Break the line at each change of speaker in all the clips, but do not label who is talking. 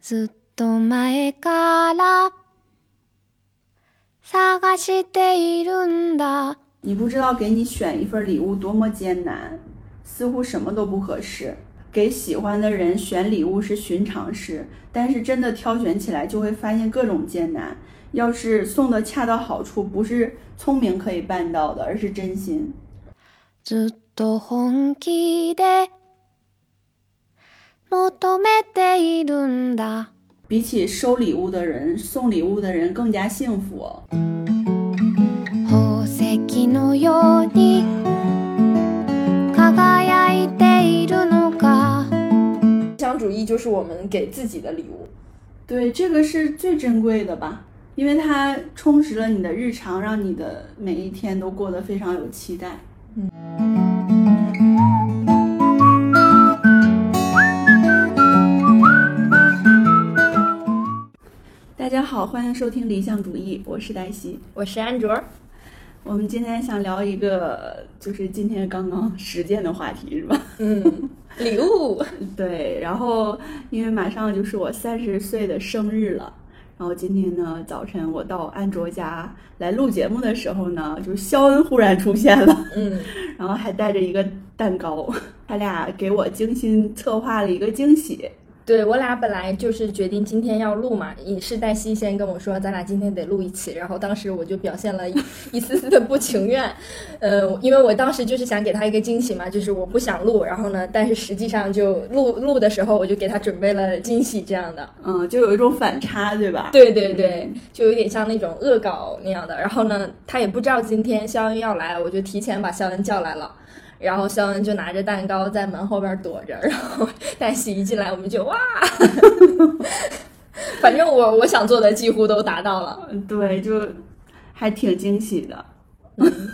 ずっと前から探しているんだ
你不知道给你选一份礼物多么艰难，似乎什么都不合适。给喜欢的人选礼物是寻常事，但是真的挑选起来就会发现各种艰难。要是送的恰到好处，不是聪明可以办到的，而是真心。
ずっと本気で求めているんだ
比起收礼物的人，送礼物的人更加幸福哦。
宝石のように輝いているのか
理想主义就是我们给自己的礼物。
对，这个是最珍贵的吧，因为它充实了你的日常，让你的每一天都过得非常有期待。大家好，欢迎收听理想主义，我是黛西。
我是安卓，
我们今天想聊一个，就是今天刚刚实践的话题，是吧？
嗯，礼物，
对，然后因为马上就是我三十岁的生日了，然后今天呢早晨我到安卓家来录节目的时候呢，就肖恩忽然出现了，
嗯，
然后还带着一个蛋糕，他俩给我精心策划了一个惊喜。
对我俩本来就是决定今天要录嘛，也是黛西先跟我说咱俩今天得录一期，然后当时我就表现了一一丝丝的不情愿，呃，因为我当时就是想给他一个惊喜嘛，就是我不想录，然后呢，但是实际上就录录的时候我就给他准备了惊喜这样的，
嗯，就有一种反差，对吧？
对对对，就有点像那种恶搞那样的。然后呢，他也不知道今天肖恩要来，我就提前把肖恩叫来了。然后肖恩就拿着蛋糕在门后边躲着，然后黛西一进来，我们就哇， 反正我我想做的几乎都达到了。
嗯，对，就还挺惊喜的。
嗯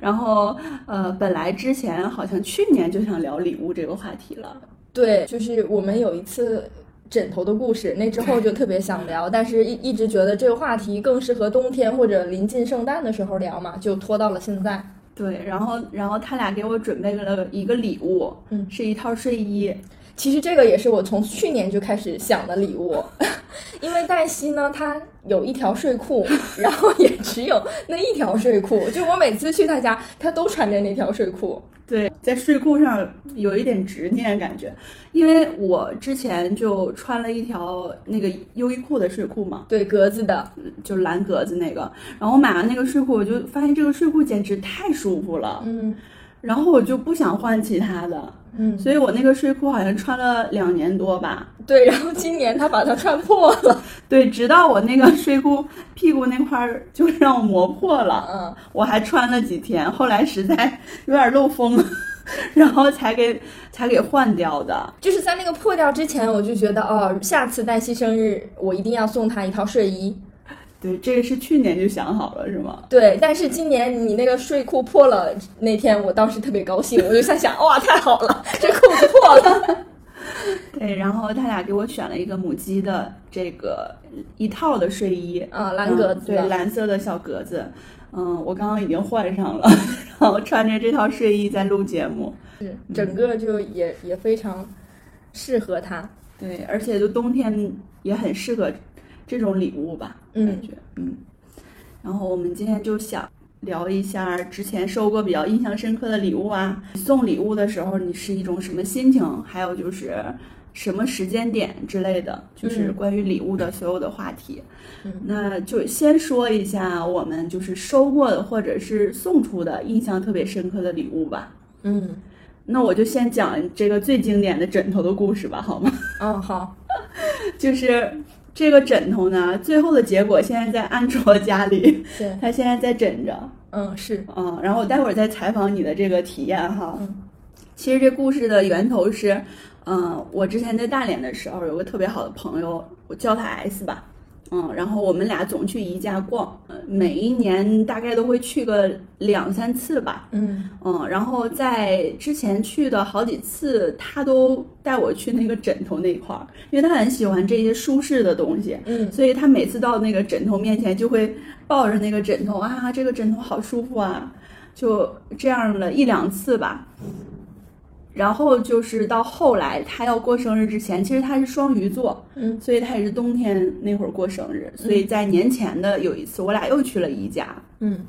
然后，呃，本来之前好像去年就想聊礼物这个话题了，
对，就是我们有一次枕头的故事，那之后就特别想聊，但是一一直觉得这个话题更适合冬天或者临近圣诞的时候聊嘛，就拖到了现在。
对，然后然后他俩给我准备了一个礼物，
嗯
是一套睡衣，
其实这个也是我从去年就开始想的礼物， 因为黛西呢，她有一条睡 裤，然后也只有那一条睡裤，就我每次去她家，她都穿着那条睡裤。
对，在睡裤上有一点执念感觉，因为我之前就穿了一条那个优衣库的睡裤嘛，
对，格子的，
就蓝格子那个，然后我买完那个睡裤，我就发现这个睡裤简直太舒服了，
嗯
然后我就不想换其他的，
嗯，
所以我那个睡裤好像穿了两年多吧，
对。然后今年她把它穿破了，
对，直到我那个睡裤屁股那块儿就让我磨破了。
嗯，
我还穿了几天，后来实在有点漏风了，然后才给才给换掉的。
就是在那个破掉之前，我就觉得哦，下次黛西生日我一定要送她一套睡衣。
对，这个是去年就想好了是吗？
对，但是今年你那个睡裤破了那天，我当时特别高兴，我就在想，哇，太好了，这裤子破了。
对，然后他俩给我选了一个母鸡的这个一套的睡衣，
啊，蓝格
嗯
子
对，
的，
蓝色的小格子。嗯，我刚刚已经换上了， 然后穿着这套睡衣在录节目。
是整个就也也非常适合他。
对，而且就冬天也很适合这种礼物吧，
嗯
感觉嗯。然后我们今天就想聊一下之前收过比较印象深刻的礼物啊，送礼物的时候你是一种什么心情，还有就是什么时间点之类的，就是
嗯
关于礼物的所有的话题。
嗯
那就先说一下我们就是收过的或者是送出的印象特别深刻的礼物吧。
嗯，
那我就先讲这个最经典的枕头的故事吧，好吗？
哦，好，
就是这个枕头呢，最后的结果现在在安卓家里，
对，
他现在在枕着，
嗯，是，
嗯，然后我待会儿再采访你的这个体验哈。
嗯
其实这故事的源头是，嗯，我之前在大连的时候，有个特别好的朋友，我叫他 S 吧。嗯，然后我们俩总去宜家逛，呃每一年大概都会去个两三次吧。
嗯
嗯，然后在之前去的好几次，他都带我去那个枕头那一块儿，因为他很喜欢这些舒适的东西，
嗯
所以他每次到那个枕头面前就会抱着那个枕头啊，这个枕头好舒服啊，就这样了一两次吧。然后就是到后来，他要过生日之前，其实他是双鱼座，
嗯
所以他也是冬天那会儿过生日。所以在年前的有一次，我俩又去了宜家。
嗯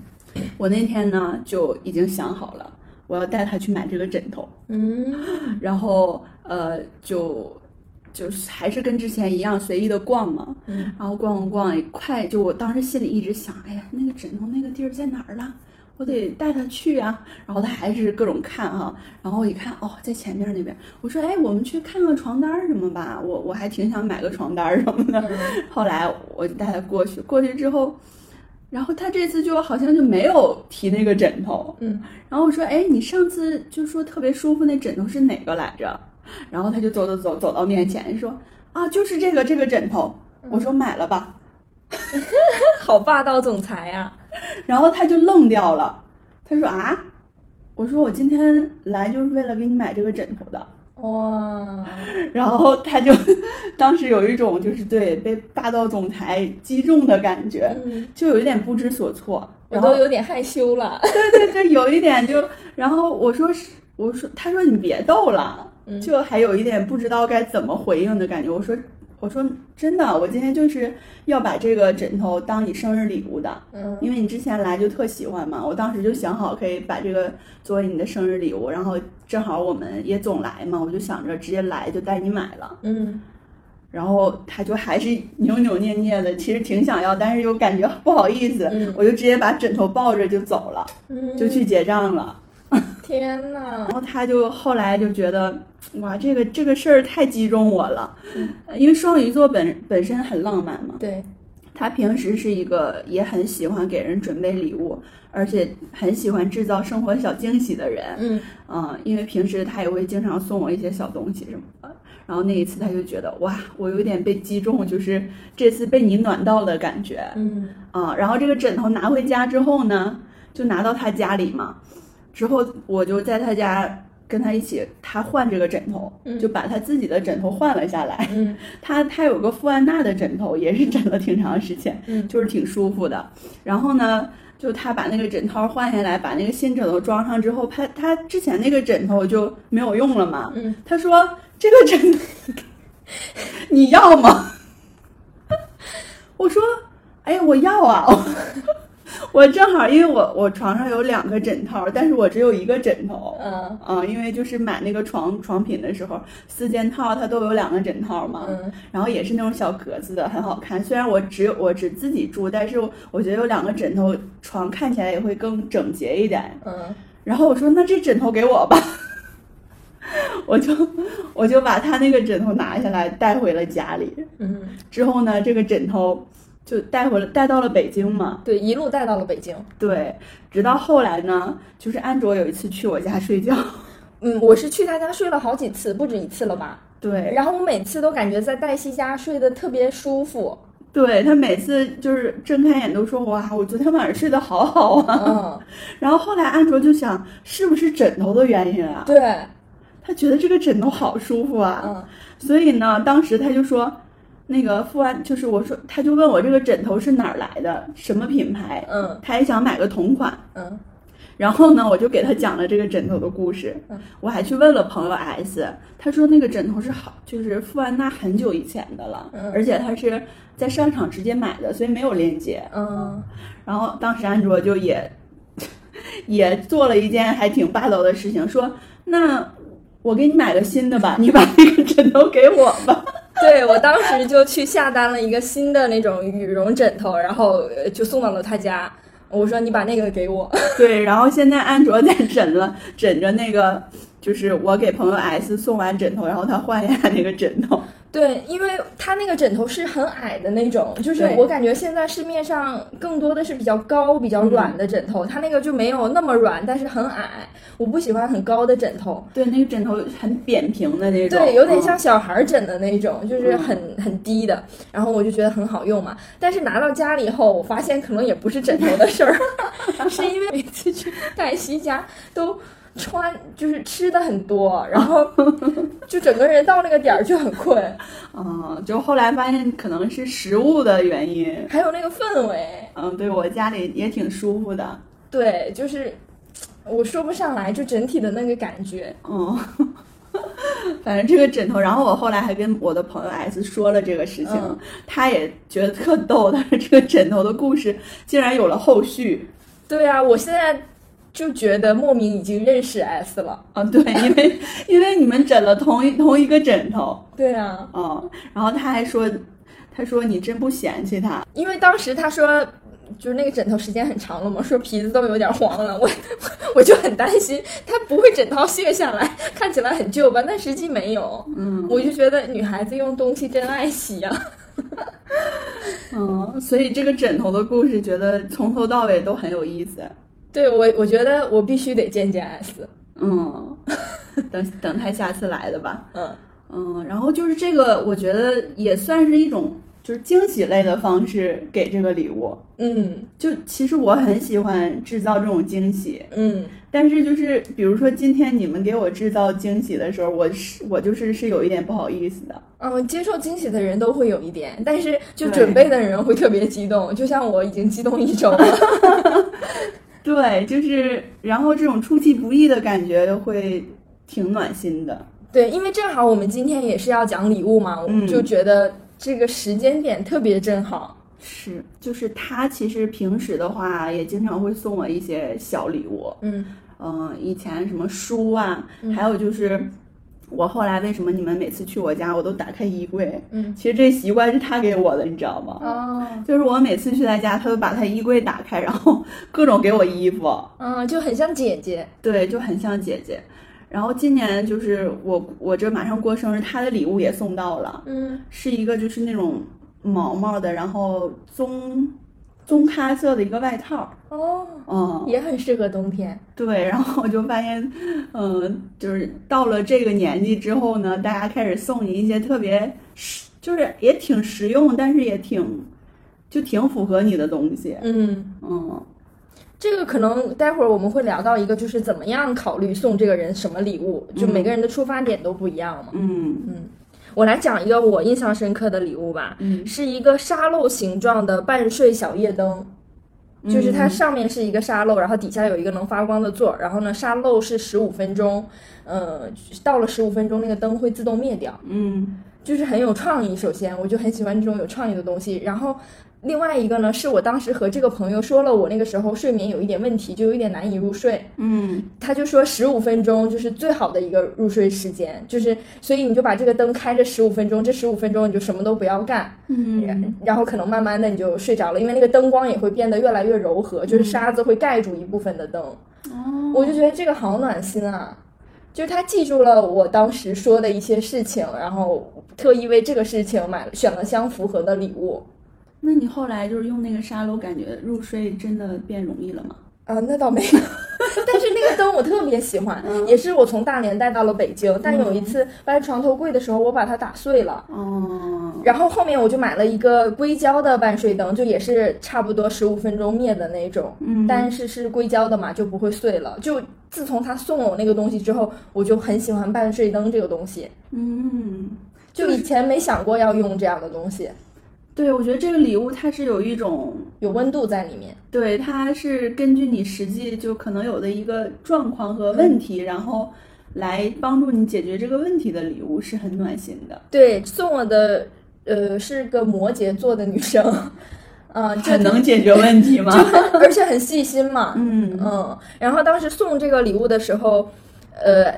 我那天呢就已经想好了，我要带他去买这个枕头。
嗯
然后呃，就就是还是跟之前一样随意的逛嘛。
嗯
然后逛逛逛，也快就我当时心里一直想，哎呀，那个枕头那个地儿在哪儿啦？我得带他去啊。然后他还是各种看哈、然后一看哦，在前面那边，我说哎，我们去看个床单儿什么吧，我我还挺想买个床单儿什么
嗯
的。后来我就带他过去，过去之后。然后他这次就好像就没有提那个枕头，
嗯，
然后我说，哎，你上次就说特别舒服那枕头是哪个来着？然后他就走走走走到面前说，啊，就是这个这个枕头。
嗯
我说买了吧，
好霸道总裁啊呀、
然后他就愣掉了，他说啊，我说我今天来就是为了给你买这个枕头的。
哇，
然后他就当时有一种就是对被霸道总裁击中的感觉，
嗯，
就有一点不知所措。
我
然后
都有点害羞了。
对对，有一点就，然后我说是，我说，他说你别逗了，
嗯
就还有一点不知道该怎么回应的感觉。我说，我说真的，我今天就是要把这个枕头当你生日礼物的，
嗯
因为你之前来就特喜欢嘛，我当时就想好可以把这个作为你的生日礼物，然后正好我们也总来嘛，我就想着直接来就带你买了。
嗯，
然后他就还是扭扭捏捏的，其实挺想要，但是又感觉不好意思，
嗯
我就直接把枕头抱着就走了，
嗯
就去结账了。
天呐，
然后他就后来就觉得，哇，这个这个事儿太击中我了，因为双鱼座本本身很浪漫嘛，
对，
他平时是一个也很喜欢给人准备礼物，而且很喜欢制造生活小惊喜的人，
嗯
嗯，因为平时他也会经常送我一些小东西什么的。然后那一次他就觉得，哇，我有点被击中，就是这次被你暖到的感觉，
嗯
啊，然后这个枕头拿回家之后呢，就拿到他家里嘛。之后我就在他家跟他一起，他换这个枕头，
嗯
就把他自己的枕头换了下来。
嗯
他他有个富安娜的枕头，也是枕了挺长时间，
嗯
就是挺舒服的。然后呢，就他把那个枕套换下来，把那个新枕头装上之后，他他之前那个枕头就没有用了嘛。
嗯，
他说这个枕头 你要吗？ 我说，哎，我要啊。 我正好，因为我我床上有两个枕套，但是我只有一个枕头，
嗯
嗯，因为就是买那个床床品的时候，四件套它都有两个枕套嘛，
嗯
然后也是那种小格子的，很好看。虽然我只有我只自己住，但是我觉得有两个枕头，床看起来也会更整洁一点。
嗯
然后我说那这枕头给我吧， 我就我就把他那个枕头拿下来带回了家里。
嗯，
之后呢，这个枕头就带回了带到了北京嘛，
对，一路带到了北京。
对，直到后来呢，就是安卓有一次去我家睡觉，
嗯，我是去他家睡了好几次，不止一次了吧？
对，
然后我每次都感觉在黛西家睡得特别舒服。
对他每次就是睁开眼都说哇，我昨天晚上睡得好好啊。
嗯，
然后后来安卓就想，是不是枕头的原因啊？
对，
他觉得这个枕头好舒服啊，
嗯
所以呢，当时他就说。那个富安就是我说，他就问我这个枕头是哪儿来的，什么品牌？
嗯
他也想买个同款。
嗯
然后呢，我就给他讲了这个枕头的故事
嗯。
我还去问了朋友 S，他说那个枕头是好，就是富安娜很久以前的了
嗯，
而且他是在商场直接买的，所以没有链接。
嗯
然后当时安卓就也也做了一件还挺霸道的事情，说那我给你买个新的吧，你把那个枕头给我吧。
对我当时就去下单了一个新的那种羽绒枕头，然后呃就送到了他家。我说你把那个给我。
对，然后现在安卓在枕了枕着那个，就是我给朋友 S 送完枕头，然后他换一下那个枕头。
对，因为它那个枕头是很矮的那种，就是
对
我感觉现在市面上更多的是比较高、比较软的枕头，它那个就没有那么软，但是很矮。我不喜欢很高的枕头，
对，那个枕头很扁平的那种，
对，有点
嗯
像小孩儿枕的那种，就是很很低的。然后我就觉得很好用嘛，但是拿到家里以后，我发现可能也不是枕头的事儿， 是因为每次去黛西家都。穿就是吃的很多，然后就整个人到那个点儿就很困，
嗯，就后来发现可能是食物的原因。
还有那个氛围，
嗯，对我家里也挺舒服的。
对，就是我说不上来，就整体的那个感觉。
嗯， 反正这个枕头，然后我后来还跟我的朋友 S 说了这个事情，
嗯
他也觉得特逗，但是这个枕头的故事竟然有了后续。
对啊，我现在就觉得莫名已经认识 S 了。
啊，对，因为因为你们枕了同一同一个枕头，
对啊，
嗯，然后他还说，他说你真不嫌弃他，
因为当时他说。就是那个枕头时间很长了嘛，说皮子都有点黄了，我我就很担心它不会整套卸下来，看起来很旧吧，但实际没有。
嗯
我就觉得女孩子用东西真爱惜呀、啊。
嗯，所以这个枕头的故事，觉得从头到尾都很有意思。
对我，我觉得我必须得见见 S。
嗯， 等等他下次来的吧。
嗯，
嗯，然后就是这个，我觉得也算是一种就是惊喜类的方式给这个礼物。
嗯
就其实我很喜欢制造这种惊喜，
嗯
但是就是比如说今天你们给我制造惊喜的时候，我是我就是是有一点不好意思的。
嗯，接受惊喜的人都会有一点，但是就
对
准备的人会特别激动，就像我已经激动 一周了。
对，就是然后这种出其不意的感觉会挺暖心的。
对，因为正好我们今天也是要讲礼物嘛，我
嗯
就觉得这个时间点特别正好。
是，就是他其实平时的话也经常会送我一些小礼物，
嗯
嗯，以前什么书啊，
嗯
还有就是我后来为什么你们每次去我家我都打开衣柜，
嗯
其实这习惯是他给我的，你知道吗？
哦
就是我每次去他家，他都把他衣柜打开，然后 各种给我衣服，
嗯，就很像姐姐。
对，就很像姐姐。然后今年就是我我这马上过生日，他的礼物也送到了，
嗯
是一个就是那种毛毛的，然后棕棕咖色的一个外套，
哦，
嗯，
也很适合冬天。嗯
对，然后我就发现，嗯，就是到了这个年纪之后呢，大家开始送你一些特别实，就是也挺实用，但是也挺就挺符合你的东西。
嗯。
嗯，
这个可能待会儿我们会聊到一个，就是怎么样考虑送这个人什么礼物，就每个人的出发点都不一样嘛。
嗯
我来讲一个我印象深刻的礼物吧，
嗯
是一个沙漏形状的半睡小夜灯，就是它上面是一个沙漏，然后底下有一个能发光的座儿，然后呢沙漏是十五分钟，呃，到了十五分钟那个灯会自动灭掉。
嗯
就是很有创意。首先，我就很喜欢这种有创意的东西。然后，另外一个呢，是我当时和这个朋友说了，我那个时候睡眠有一点问题，就有一点难以入睡。
嗯
他就说十五分钟就是最好的一个入睡时间，就是所以你就把这个灯开着十五分钟，这十五分钟你就什么都不要干，
嗯
然后可能慢慢的你就睡着了，因为那个灯光也会变得越来越柔和，就是沙子会盖住一部分的灯。
哦，
我就觉得这个好暖心啊！就是他记住了我当时说的一些事情，然后特意为这个事情买了选了相符合的礼物
那你后来就是用那个沙漏，感觉入睡真的变容易了吗？
啊，那倒没有。 但是那个灯我特别喜欢，
嗯
也是我从大连带到了北京。但有一次搬床头柜的时候，我把它打碎了。
哦，
然后后面我就买了一个硅胶的半睡灯，就也是差不多十五分钟灭的那种，
嗯
但是是硅胶的嘛，就不会碎了。就自从他送了我那个东西之后，我就很喜欢半睡灯这个东西。
嗯，
就以前没想过要用这样的东西，
对，我觉得这个礼物它是有一种
有温度在里面。
对，它是根据你实际就可能有的一个状况和问题，然后来帮助你解决这个问题的礼物是很暖心的，
对，送我的呃是个摩羯座的女生， 嗯、就
很能解决问题吗？
而且很细心嘛，
嗯
嗯。然后当时送这个礼物的时候，呃。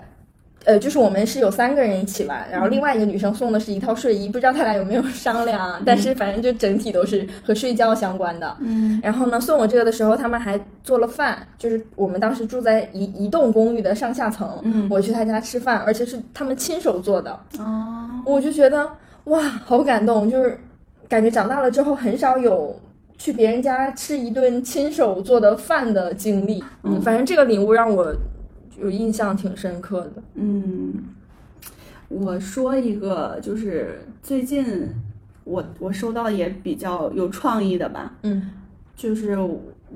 呃，就是我们是有三个人一起玩，然后另外一个女生送的是一套睡衣，不知道他俩有没有商量啊，但是反正就整体都是和睡觉相关的。
嗯
然后呢，送我这个的时候，他们还做了饭，就是我们当时住在一一栋公寓的上下层，
嗯
我去他家吃饭，而且是他们亲手做的，
哦，
我就觉得哇，好感动，就是感觉长大了之后很少有去别人家吃一顿亲手做的饭的经历，
嗯
反正这个礼物让我有印象挺深刻的，
嗯，我说一个，就是最近我我收到也比较有创意的吧，
嗯
就是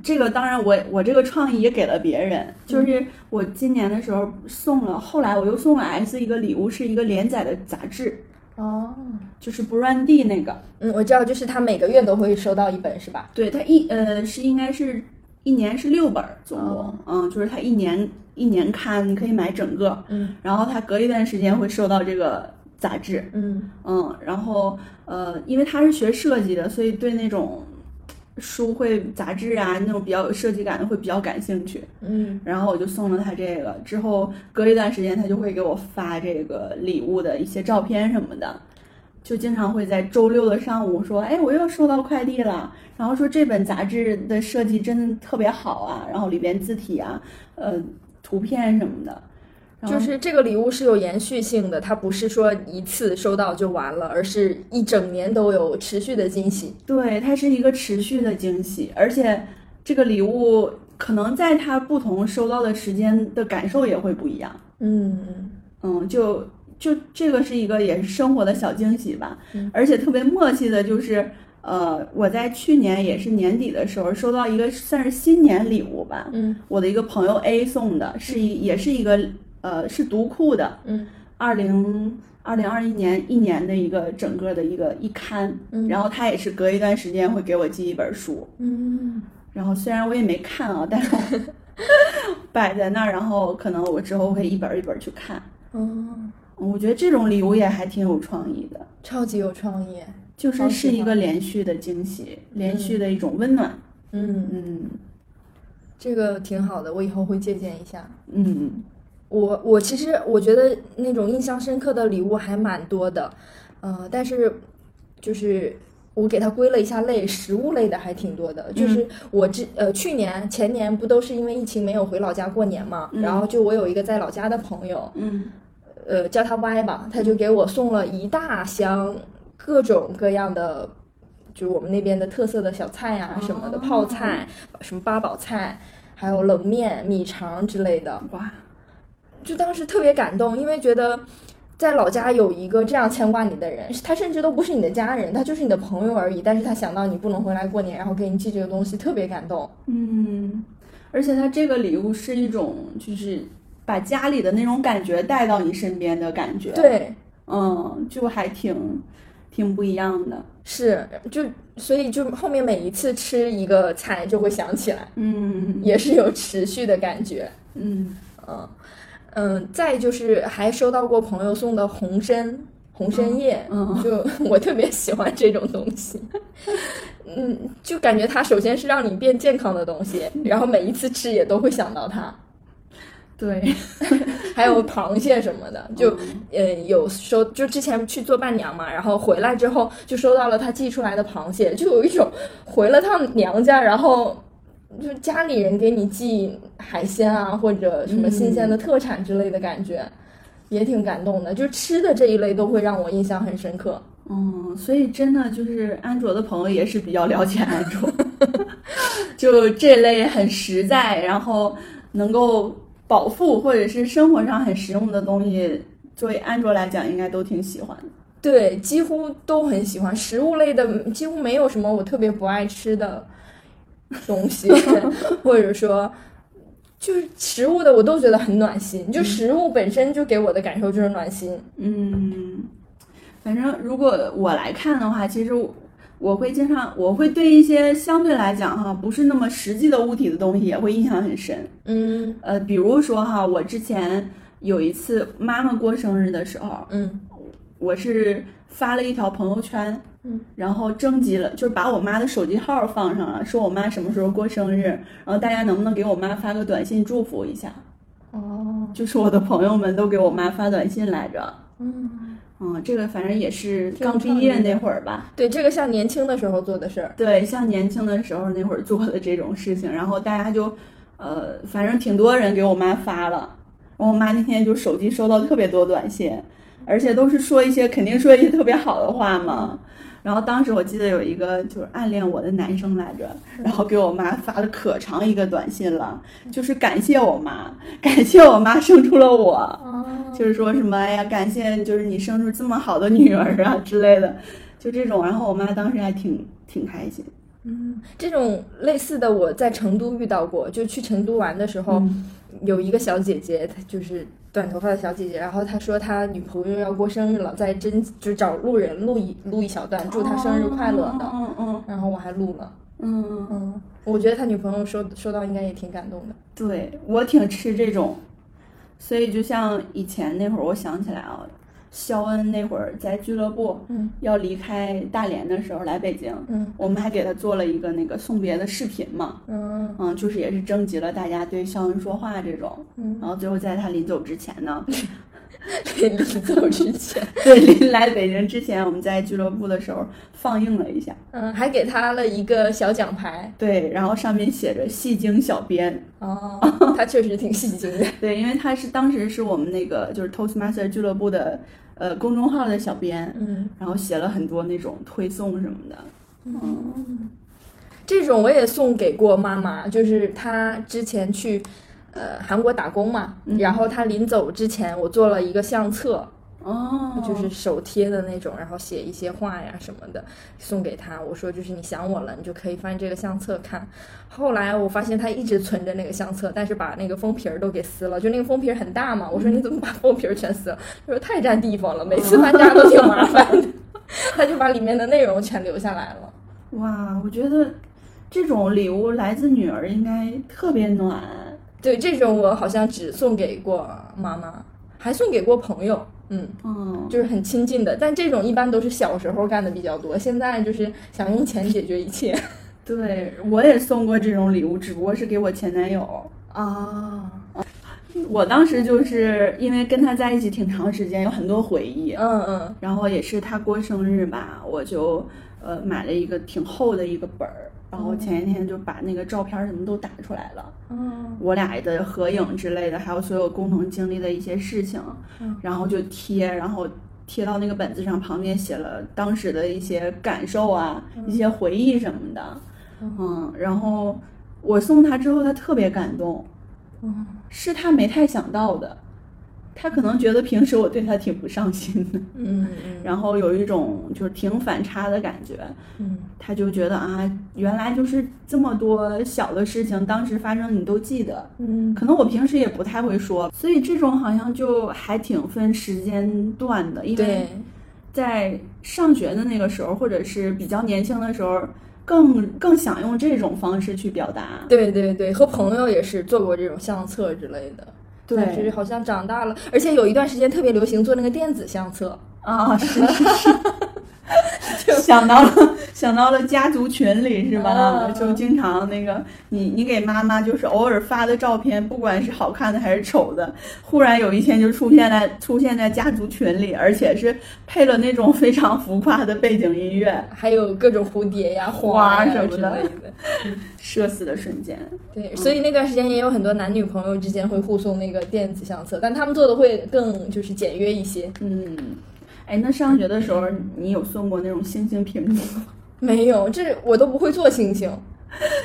这个，当然我我这个创意也给了别人，就是我今年的时候送了，后来我又送了 S 一个礼物，是一个连载的杂志，
哦，
就是 Brandy 那个，
嗯，我知道，就是他每个月都会收到一本是吧？
对，它一呃是应该是。一年是六本儿总共，
哦
嗯，就是他一年一年刊，你可以买整个，
嗯
然后他隔一段时间会收到这个杂志，
嗯
嗯，然后呃，因为他是学设计的，所以对那种书会、杂志啊那种比较有设计感的会比较感兴趣。
嗯
然后我就送了他这个，之后隔一段时间他就会给我发这个礼物的一些照片什么的，就经常会在周六的上午说，哎，我又收到快递了，然后说这本杂志的设计真的特别好啊，然后里边字体啊，呃，图片什么的，然后
就是这个礼物是有延续性的，它不是说一次收到就完了，而是一整年都有持续的惊喜。
对，它是一个持续的惊喜，而且这个礼物可能在它不同收到的时间的感受也会不一样。
嗯
嗯，就就这个是一个也是生活的小惊喜吧，
嗯
而且特别默契的就是，呃，我在去年也是年底的时候收到一个算是新年礼物吧，
嗯
我的一个朋友 A 送的，是一也是一个呃是读库的
嗯
二零。二零二一年一年的一个整个的一个一刊，
嗯
然后他也是隔一段时间会给我寄一本书，
嗯，
然后虽然我也没看啊，但是我 摆在那儿，然后可能我之后会一本儿一本儿去看。
哦，
我觉得这种礼物也还挺有创意的，
超级有创意。
就是
好
是
喜
一
欢
个连续的惊喜，连续的一种温暖。
嗯，
嗯
这个挺好的，我以后会借鉴一下。
嗯
我我其实我觉得那种印象深刻的礼物还蛮多的，呃，但是就是我给它归了一下类，食物类的还挺多的。就是我之呃去年前年不都是因为疫情没有回老家过年嘛，
嗯
然后就我有一个在老家的朋友，
嗯
呃，叫他 Y 吧，他就给我送了一大箱各种各样的，就是我们那边的特色的小菜呀、什么的，
哦
泡菜、什么八宝菜，还有冷面、米肠之类的。
哇，
就当时特别感动，因为觉得在老家有一个这样牵挂你的人，他甚至都不是你的家人，他就是你的朋友而已。但是他想到你不能回来过年，然后给你寄这个东西，特别感动。
嗯，而且它这个礼物是一种就是把家里的那种感觉带到你身边的感觉。，
对，
嗯，就还挺挺不一样的。
是就所以就后面每一次吃一个菜就会想起来，
嗯
也是有持续的感觉。
嗯，
嗯嗯，再就是还收到过朋友送的红参。红参叶，
嗯嗯
就我特别喜欢这种东西，嗯，就感觉它首先是让你变健康的东西，然后每一次吃也都会想到它，
对，
还有螃蟹什么的，就
嗯
呃有收，就之前去做伴娘嘛，然后回来之后就收到了他寄出来的螃蟹，就有一种回了趟娘家，然后就家里人给你寄海鲜啊或者什么新鲜的特产之类的感觉，也挺感动的。就吃的这一类都会让我印象很深刻。
嗯，所以真的就是安卓的朋友也是比较了解安卓，就这类很实在，然后能够饱腹或者是生活上很实用的东西，作为安卓来讲，应该都挺喜欢的。
对，几乎都很喜欢食物类的，几乎没有什么我特别不爱吃的东 西，或者说就是食物的，我都觉得很暖心。就食物本身就给我的感受就是暖心。
嗯，反正如果我来看的话，其实我我会经常，我会对一些相对来讲哈不是那么实际的物体的东西也会印象很深。
嗯
呃，比如说哈，我之前有一次妈妈过生日的时候，
嗯
我是发了一条朋友圈，
嗯，
然后征集了，就是把我妈的手机号放上了，说我妈什么时候过生日，然后大家能不能给我妈发个短信祝福一下？
哦
就是我的朋友们都给我妈发短信来着，
嗯，
嗯，这个反正也是
挺有
刚毕
创意
业
的
那会儿吧，
对，这个像年轻的时候做的事儿。
对，像年轻的时候那会儿做的这种事情，然后大家就，呃，反正挺多人给我妈发了，然后我妈那天就手机收到特别多短信，而且都是说一些肯定说一些特别好的话嘛。然后当时我记得有一个就是暗恋我的男生来着，然后给我妈发了可长一个短信了，就是感谢我妈，感谢我妈生出了我。
哦，
就是说什么哎呀，感谢就是你生出这么好的女儿啊之类的，就这种。然后我妈当时还挺挺开心，
嗯，这种类似的我在成都遇到过，就去成都玩的时候，
嗯
有一个小姐姐，她就是短头发的小姐姐，然后她说她女朋友要过生日了，在真就找路人录一录一小段，祝她生日快乐的，
哦嗯嗯
然后我还录了，
嗯，
哦嗯，我觉得他女朋友收收到应该也挺感动的。
对我挺吃这种，所以就像以前那会儿，我想起来啊，肖恩那会儿在俱乐部
嗯
要离开大连的时候来北京，
嗯
我们还给他做了一个那个送别的视频嘛，
嗯
嗯，就是也是征集了大家对肖恩说话这种，
嗯，
然后最后在他临走之前呢，
对， 临走之前，
对临来北京之前，我们在俱乐部的时候放映了一下，
嗯，还给他了一个小奖牌。
对，然后上面写着“戏精小编
哦，他确实挺戏精的。”，
对，因为他是当时是我们那个就是 Toastmaster 俱乐部的呃公众号的小编，
嗯
然后写了很多那种推送什么的，
这种我也送给过妈妈，就是她之前去呃韩国打工嘛，
嗯
然后她临走之前，我做了一个相册，
哦
就是手贴的那种，然后写一些话呀什么的送给她。我说就是你想我了，你就可以翻这个相册看。后来我发现她一直存着那个相册，但是把那个封皮儿都给撕了，就那个封皮儿很大嘛。
嗯
我说你怎么把封皮儿全撕了？她说太占地方了，每
哦
次翻家都挺麻烦的。她就把里面的内容全留下来了。
哇，我觉得这种礼物来自女儿应该特别暖。
对，这种我好像只送给过妈妈，还送给过朋友，嗯，
嗯，
就是很亲近的。但这种一般都是小时候干的比较多，现在就是想用钱解决一切。
对我也送过这种礼物，只不过是给我前男友。
啊，
我当时就是因为跟他在一起挺长时间，有很多回忆。
嗯嗯
然后也是他过生日吧，我就呃买了一个挺厚的一个本儿，然后前一天就把那个照片什么都打出来了，
嗯
我俩的合影之类的，还有所有共同经历的一些事情
嗯，
然后就贴，然后贴到那个本子上，旁边写了当时的一些感受啊，
嗯
一些回忆什么的，嗯，然后我送他之后，他特别感动，
嗯，
是他没太想到的，他可能觉得平时我对他挺不上心的，
嗯
然后有一种就是挺反差的感觉，
嗯
他就觉得啊，原来就是这么多小的事情，当时发生你都记得，
嗯
可能我平时也不太会说，所以这种好像就还挺分时间段的，因为
对，
在上学的那个时候，或者是比较年轻的时候，更更想用这种方式去表达，
对对对，和朋友也是做过这种相册之类的。
对
但是好像长大了，而且有一段时间特别流行做那个电子相册，
啊，是是是， 想到了想到了家族群里是吧？
啊
就经常那个你你给妈妈就是偶尔发的照片，不管是好看的还是丑的，忽然有一天就出现在出现在家族群里，而且是配了那种非常浮夸的背景音乐，
还有各种蝴蝶呀、
花
呀
什么
之类
的
的。
社死的瞬间。
对，所以那段时间也有很多男女朋友之间会互送那个电子相册，但他们做的会更就是简约一些。
嗯，哎，那上学的时候你有送过那种星星屏幕吗？
没有，这我都不会做星星。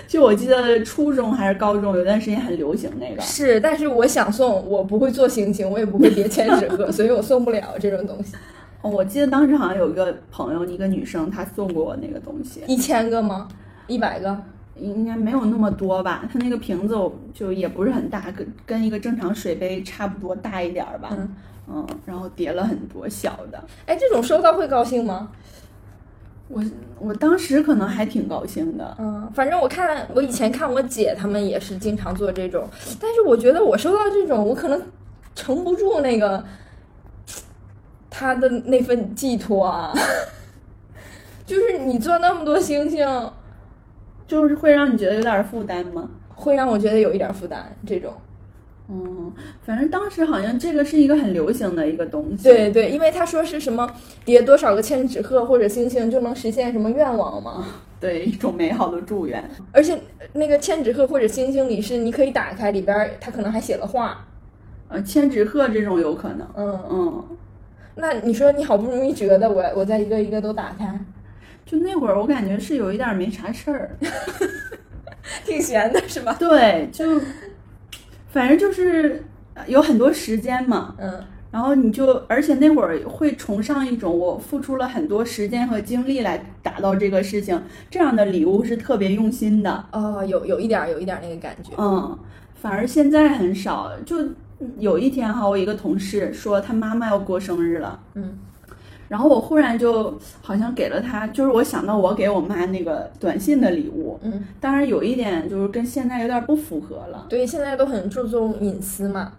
就我记得初中还是高中有段时间很流行那个。
是，但是我想送，我不会做星星，我也不会叠千纸鹤， 所以我送不了这种东西。
哦我记得当时好像有一个朋友，一个女生，她送过我那个东西，
一千个吗？一百个？
应该没有那么多吧。它那个瓶子我就也不是很大，跟跟一个正常水杯差不多大一点儿吧。
嗯
嗯然后叠了很多小的。
哎，这种收到会高兴吗？
我我当时可能还挺高兴的，
嗯，反正我看我以前看我姐她们也是经常做这种，但是我觉得我收到这种，我可能承不住那个她的那份寄托啊。 就是你做那么多星星，
就是会让你觉得有点儿负担吗？
会让我觉得有一点负担。这种，
嗯，反正当时好像这个是一个很流行的一个东西。
对对，因为她说是什么叠多少个千纸鹤或者星星就能实现什么愿望嘛，
对，一种美好的祝愿。
而且那个千纸鹤或者星星里是你可以打开里边儿，它可能还写了话。
呃，千纸鹤这种有可能。
嗯，
嗯，
那你说你好不容易折的，我我再一个一个都打开，
就那会儿我感觉是有一点儿没啥事儿。
挺闲的 是吧？
对，就反正就是呃有很多时间嘛，
嗯
然后你就，而且那会儿会崇尚一种我付出了很多时间和精力来达到这个事情，这样的礼物是特别用心的，
哦，有有一点儿有一点儿那个感觉。
嗯，反而现在很少。就有一天哈，我一个同事说他妈妈要过生日了，
嗯
然后我忽然就好像给了他，就是我想到我给我妈那个短信的礼物，
嗯，
当然有一点就是跟现在有点不符合了。
对，现在都很注重隐私嘛。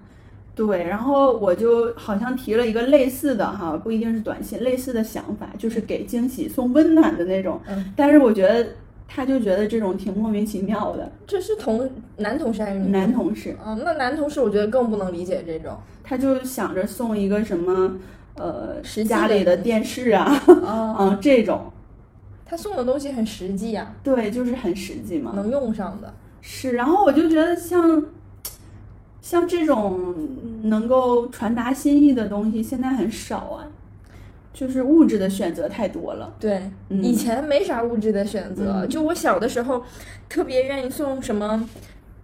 对，然后我就好像提了一个类似的哈，不一定是短信，类似的想法，就是给惊喜送温暖的那种。
嗯，
但是我觉得他就觉得这种挺莫名其妙的。
这是同男同事还是女？
男同事
嗯，那男同事我觉得更不能理解这种。
他就想着送一个什么，呃，
实际的
家里的电视 啊，
哦，
嗯，这种，
他送的东西很实际呀、
对，就是很实际嘛。
能用上的。
是，然后我就觉得像像这种能够传达心意的东西，现在很少啊，就是物质的选择太多了。
对，
嗯
以前没啥物质的选择，
嗯
就我小的时候特别愿意送什么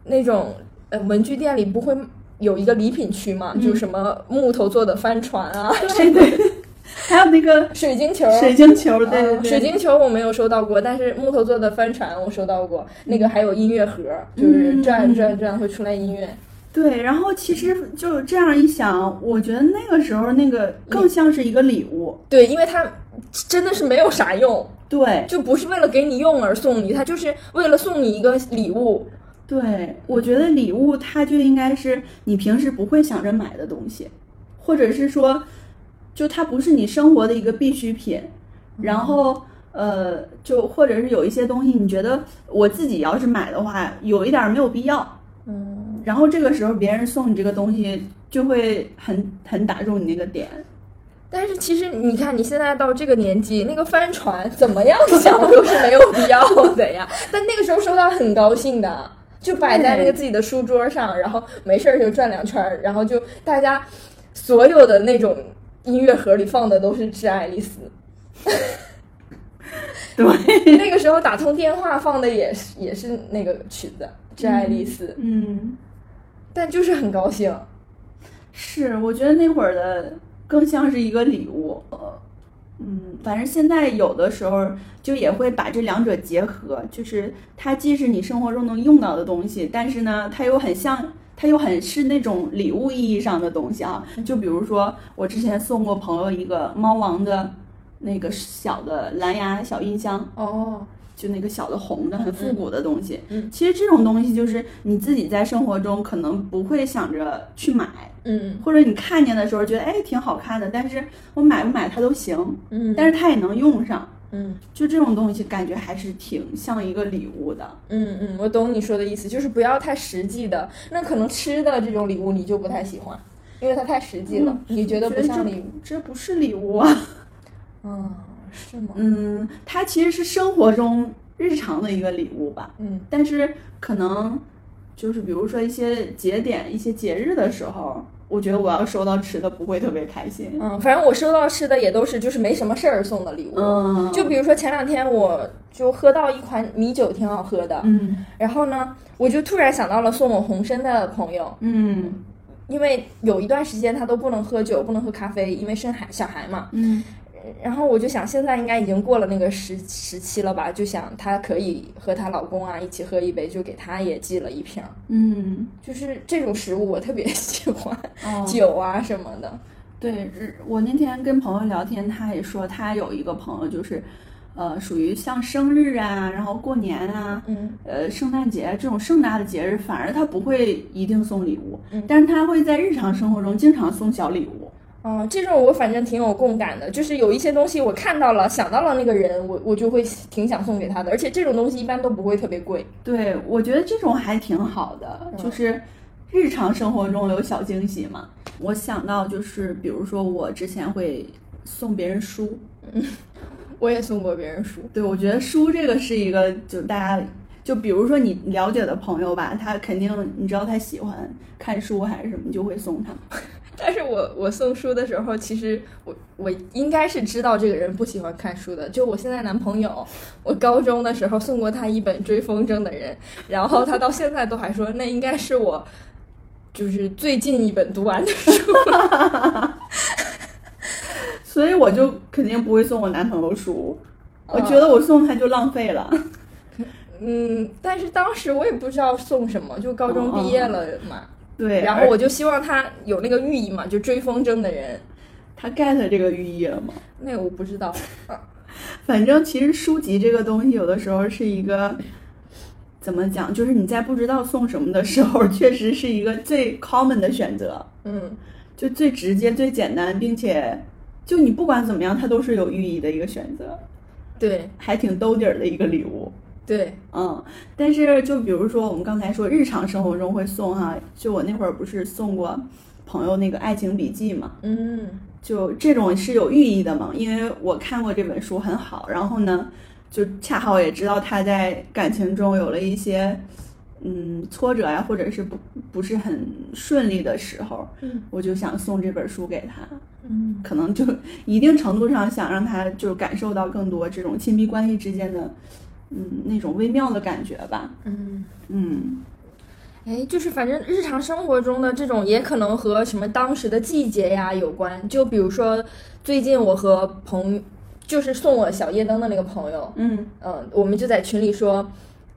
那种呃文具店里不会有一个礼品区嘛，
嗯
就什么木头做的帆船啊，
对对， 还有那个
水晶球。
水晶球，
嗯
对对对，
水晶球我没有收到过，但是木头做的帆船我收到过，那个还有音乐盒，就是
嗯
转
嗯
转转会出来音乐。
对。然后其实就这样一想，我觉得那个时候那个更像是一个礼物。
对，因为它真的是没有啥用，
对
就不是为了给你用而送你，它就是为了送你一个礼物。
对，我觉得礼物它就应该是你平时不会想着买的东西，或者是说，就它不是你生活的一个必需品。然后呃，就或者是有一些东西，你觉得我自己要是买的话，有一点儿没有必要。
嗯，
然后这个时候别人送你这个东西，就会很很打中你那个点。
但是其实你看，你现在到这个年纪，那个帆船怎么样想都是没有必要的 呀。但那个时候收到很高兴的，就摆在那个自己的书桌上，然后没事儿就转两圈儿，然后就大家所有的那种音乐盒里放的都是《致爱 丽丝
对，》，
那个时候打通电话放的也是也是那个曲子《致爱丽丝》
嗯，
但就是很高兴。
是，我觉得那会儿的更像是一个礼物。呃嗯，反正现在有的时候就也会把这两者结合，就是它既是你生活中能用到的东西，但是呢，它又很像，它又很是那种礼物意义上的东西啊。就比如说，我之前送过朋友一个猫王的那个小的蓝牙小音箱，
哦，
就那个小的红的很复古的东西。
嗯嗯
其实这种东西就是你自己在生活中可能不会想着去买，
嗯
或者你看见的时候觉得哎挺好看的，但是我买不买它都行，
嗯
但是它也能用上。
嗯。
就这种东西，感觉还是挺像一个礼物的。
嗯嗯，我懂你说的意思，就是不要太实际的。那可能吃的这种礼物你就不太喜欢，因为它太实际了，你嗯觉得
我
不
这
像礼物。
这不是礼物啊。
嗯，是吗？
嗯，它其实是生活中日常的一个礼物吧，
嗯
但是可能就是比如说一些节点、一些节日的时候，我觉得我要收到吃的不会特别开心。
嗯，反正我收到吃的也都是就是没什么事儿送的礼物。
嗯，
就比如说前两天我就喝到一款米酒，挺好喝的。
嗯
然后呢，我就突然想到了送我红参的朋友，
嗯
因为有一段时间他都不能喝酒，不能喝咖啡，因为生孩小孩嘛。
嗯
然后我就想，现在应该已经过了那个时时期了吧？就想她可以和她老公啊一起喝一杯，就给她也寄了一瓶儿。
嗯，
就是这种食物我特别喜欢，
哦
酒啊什么的。
对，日我那天跟朋友聊天，他也说他有一个朋友就是，呃，属于像生日啊，然后过年啊，
嗯
呃，圣诞节这种盛大的节日，反而他不会一定送礼物，
嗯
但是他会在日常生活中经常送小礼物。
嗯，这种我反正挺有共感的，就是有一些东西我看到了，想到了那个人，我我就会挺想送给他的。而且这种东西一般都不会特别贵。
对，我觉得这种还挺好的，
嗯
就是日常生活中有小惊喜嘛。我想到就是，比如说我之前会送别人书，
我也送过别人书，
对，我觉得书这个是一个，就大家就比如说你了解的朋友吧，他肯定你知道他喜欢看书还是什么，你就会送他。
但是我我送书的时候，其实我我应该是知道这个人不喜欢看书的。就我现在男朋友，我高中的时候送过他一本《追风筝的人》，然后他到现在都还说那应该是我就是最近一本读完的书。
所以我就肯定不会送我男朋友书，我
啊
觉得我送他就浪费了。
嗯，但是当时我也不知道送什么，就高中毕业了嘛。
对，
然后我就希望他有那个寓意嘛，就追风筝的人。
而他 get 这个寓意了吗？
那个我不知道，
反正其实书籍这个东西，有的时候是一个怎么讲，就是你在不知道送什么的时候， 确实是一个最 common 的选择，
嗯，
就最直接、最简单，并且就你不管怎么样，它都是有寓意的一个选择，
对
还挺兜底儿的一个礼物。
对，
嗯，但是就比如说我们刚才说日常生活中会送哈、就我那会儿不是送过朋友那个《爱情笔记》嘛，
嗯
就这种是有寓意的嘛，因为我看过这本书很好，然后呢，就恰好也知道他在感情中有了一些嗯挫折呀、或者是不不是很顺利的时候，
嗯
我就想送这本书给他，
嗯，
可能就 一定程度上想让他就感受到更多这种亲密关系之间的嗯那种微妙的感觉吧，
嗯。
嗯，
哎，就是反正日常生活中的这种也可能和什么当时的季节呀有关。就比如说，最近我和朋，就是送我小夜灯的那个朋友，
嗯
嗯，我们就在群里说，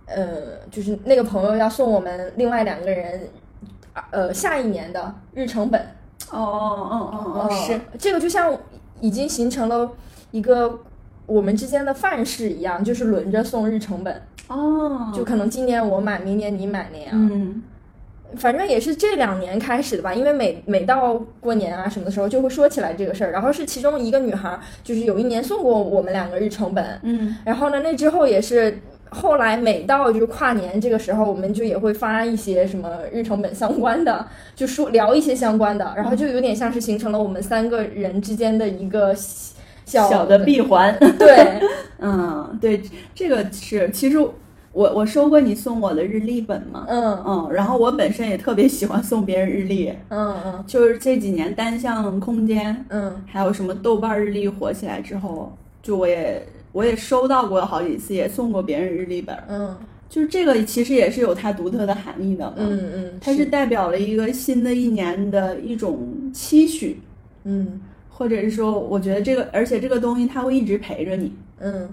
呃，就是那个朋友要送我们另外两个人，呃，下一年的日程本。嗯
哦哦哦哦哦是，
这个就像已经形成了一个我们之间的范式一样，就是轮着送日程本，
哦
就可能今年我买，明年你买那样。
嗯
反正也是这两年开始的吧，因为每每到过年啊什么的时候，就会说起来这个事儿。然后是其中一个女孩儿，就是有一年送过我们两个日程本，
嗯
然后呢，那之后也是后来每到就是跨年这个时候，我们就也会发一些什么日程本相关的，就说聊一些相关的，然后就有点像是形成了我们三个人之间的一个小
小的闭环。
对，
嗯，对，这个是，其实我我收过你送我的日历本嘛，
嗯
嗯，然后我本身也特别喜欢送别人日历，
嗯嗯
就是这几年单向空间，
嗯
还有什么豆瓣日历火起来之后，就我也我也收到过好几次，也送过别人日历本，
嗯
就是这个其实也是有它独特的含义的嘛，
嗯嗯，
它是代表了一个新的一年的一种期许，
嗯
或者是说，我觉得这个，而且这个东西它会一直陪着你。
嗯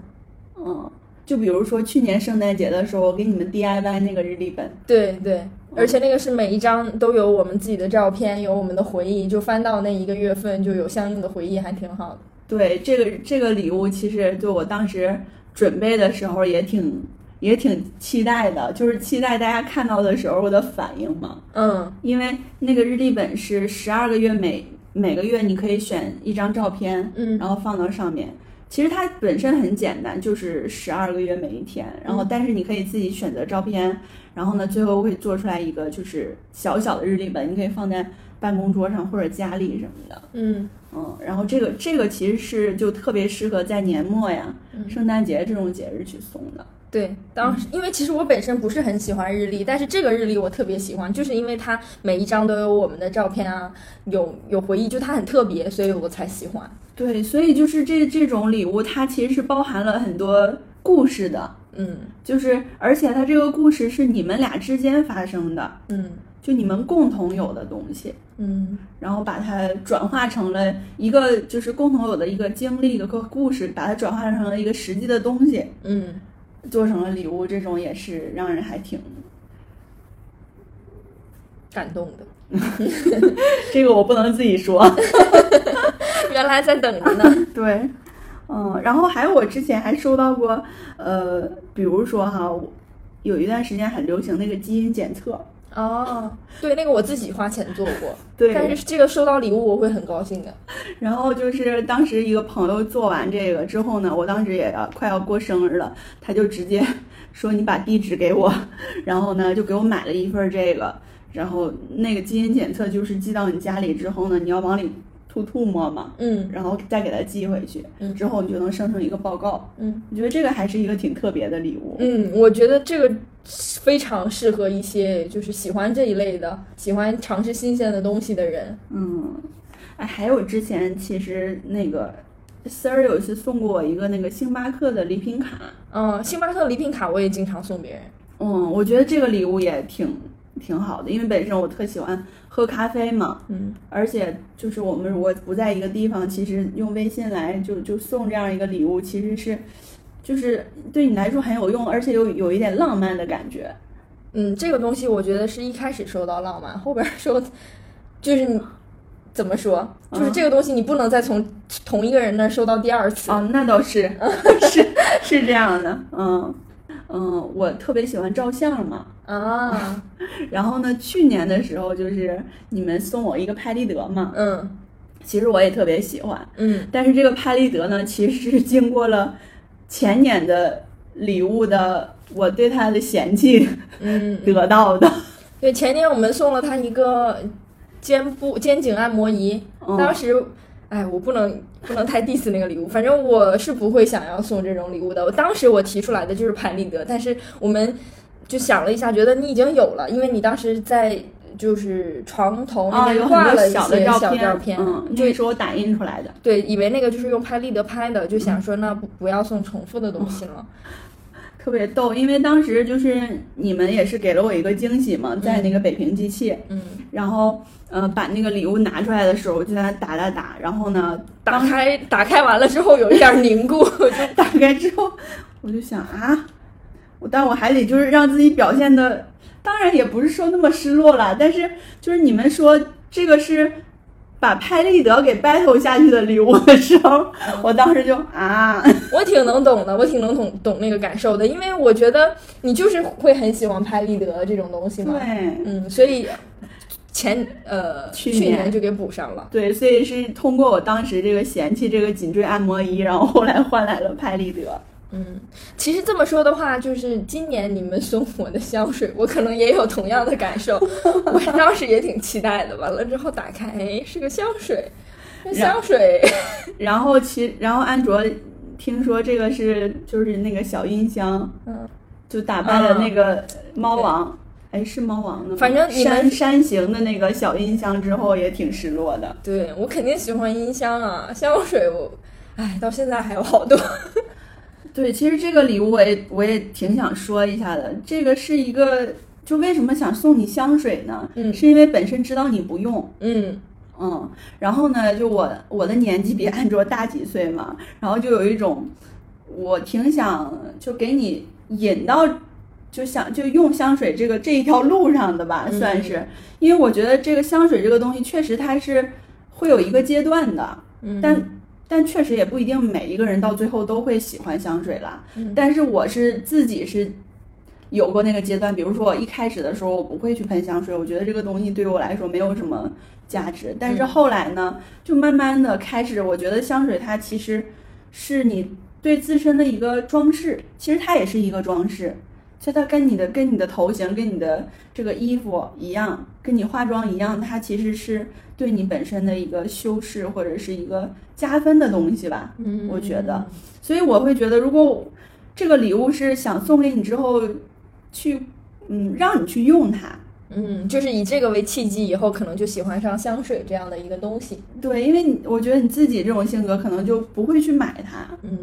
嗯，就比如说去年圣诞节的时候，我给你们 DIY 那个日历本，
对对。而且那个是每一张都有我们自己的照片，有我们的回忆，就翻到那一个月份就有相应的回忆，还挺好的。
对这个这个礼物，其实就我当时准备的时候也挺也挺期待的，就是期待大家看到的时候的反应嘛。
嗯
因为那个日历本是十二个月每每个月你可以选一张照片，
嗯
然后放到上面。其实它本身很简单，就是十二个月每一天，然后
嗯
但是你可以自己选择照片，然后呢，最后会做出来一个就是小小的日历本，你可以放在办公桌上或者家里什么的，
嗯
嗯，然后这个这个其实是就特别适合在年末呀、
嗯
圣诞节这种节日去送的，
对，当时因为其实我本身不是很喜欢日历，但是这个日历我特别喜欢，就是因为它每一张都有我们的照片啊，有有回忆，就它很特别，所以我才喜欢。
对，所以就是这这种礼物它其实是包含了很多故事的，
嗯
就是，而且它这个故事是你们俩之间发生的，
嗯
就你们共同有的东西，
嗯
然后把它转化成了一个就是共同有的一个经历、一个故事，把它转化成了一个实际的东西，
嗯，
做成了礼物，这种也是让人还挺……
感动的。
这个我不能自己说。
原来在等着呢。
对，嗯，然后还有我之前还收到过，呃，比如说哈，我有一段时间很流行那个基因检测，
哦，对，那个我自己花钱做过，
对
但是这个收到礼物我会很高兴的。
然后就是当时一个朋友做完这个之后呢，我当时也要快要过生日了，他就直接 说你把地址给我，然后呢就给我买了一份这个，然后那个基因检测就是寄到你家里之后呢，你要往里吐吐沫嘛，
嗯
然后再给它寄回去，
嗯
之后你就能生成一个报告。
嗯
我觉得这个还是一个挺特别的礼物。
嗯，我觉得这个非常适合一些就是喜欢这一类的、喜欢尝试新鲜的东西的人。
嗯，哎，还有之前其实那个 Sir 有一次送过我一个那个星巴克的礼品卡。
嗯，星巴克礼品卡我也经常送别人。
嗯，我觉得这个礼物也挺挺好的，因为本身我特喜欢喝咖啡嘛，
嗯
而且就是我们如果不在一个地方，其实用微信来就就送这样一个礼物，其实是就是对你来说很有用，而且有有一点浪漫的感觉。
嗯，这个东西我觉得是一开始收到浪漫，后边儿收就是你怎么说，就是这个东西你不能再从同一个人那儿收到第二次。
哦，那倒是， 是是这样的，嗯嗯，我特别喜欢照相嘛，
啊，
然后呢，去年的时候就是你们送我一个拍立得嘛，
嗯
其实我也特别喜欢，
嗯，
但是这个拍立得呢，其实是经过了前年的礼物的我对它的嫌弃
嗯，
得到的，
对，前年我们送了他一个肩部肩颈按摩仪，
嗯
当时。哎，我不能不能太 diss 那个礼物，反正我是不会想要送这种礼物的。我当时我提出来的就是拍立得，但是我们就想了一下，觉得你已经有了，因为你当时在就是床头那
啊，有很
边哦挂
多
了一些
小的
小
片，
照片，
嗯，
就
那是我打印出来的，
对，以为那个就是用拍立得拍的，就想说那不不要送重复的东西
哦
了。
特别逗，因为当时就是你们也是给了我一个惊喜嘛，在那个北平机器，
嗯，
然后呃把那个礼物拿出来的时候，我就在那打打打，然后呢
打开打开完了之后有一点凝固， 就
打开之后，我就想啊，我但我还得就是让自己表现的，当然也不是说那么失落啦，但是就是你们说这个是把拍立得给 battle 下去的礼物的时候，我当时就啊，
我挺能懂的，我挺能懂懂那个感受的，因为我觉得你就是会很喜欢拍立得这种东西嘛。
对
嗯，所以前呃
去
年
年
就给补上了。
对，所以是通过我当时这个嫌弃这个颈椎按摩仪，然后后来换来了拍立得。
嗯，其实这么说的话，就是今年你们送我的香水，我可能也有同样的感受。 我当时也挺期待的，完了之后打开，哎，是个香水，这香水。
然后其然后安卓听说这个是就是那个小音箱，
嗯，
就打败了那个猫王，哎、是猫王的吗？
反正你们
山山形的那个小音箱之后也挺失落的。
对我肯定喜欢音箱啊，香水我，哎，到现在还有好多。
对，其实这个礼物我也我也挺想说一下的，这个是一个。就为什么想送你香水呢？
嗯
是因为本身知道你不用，
嗯
嗯，然后呢，就我我的年纪比安卓大几岁嘛，然后就有一种我挺想就给你引到，就想就用香水这个这一条路上的吧，
嗯
算是，因为我觉得这个香水这个东西确实它是会有一个阶段的，
嗯，
但但确实也不一定每一个人到最后都会喜欢香水啦。
嗯
但是我是自己是有过那个阶段，比如说我一开始的时候我不会去喷香水，我觉得这个东西对于我来说没有什么价值。但是
嗯
后来呢，就慢慢的开始，我觉得香水它其实是你对自身的一个装饰，其实它也是一个装饰。所以它跟你的、跟你的头型、跟你的这个衣服一样，跟你化妆一样，它其实是对你本身的一个修饰或者是一个加分的东西吧。
嗯
我觉得，所以我会觉得，如果我这个礼物是想送给你之后去，嗯，让你去用它，
嗯，就是以这个为契机，以后可能就喜欢上香水这样的一个东西。
对，因为你我觉得你自己这种性格可能就不会去买它。
嗯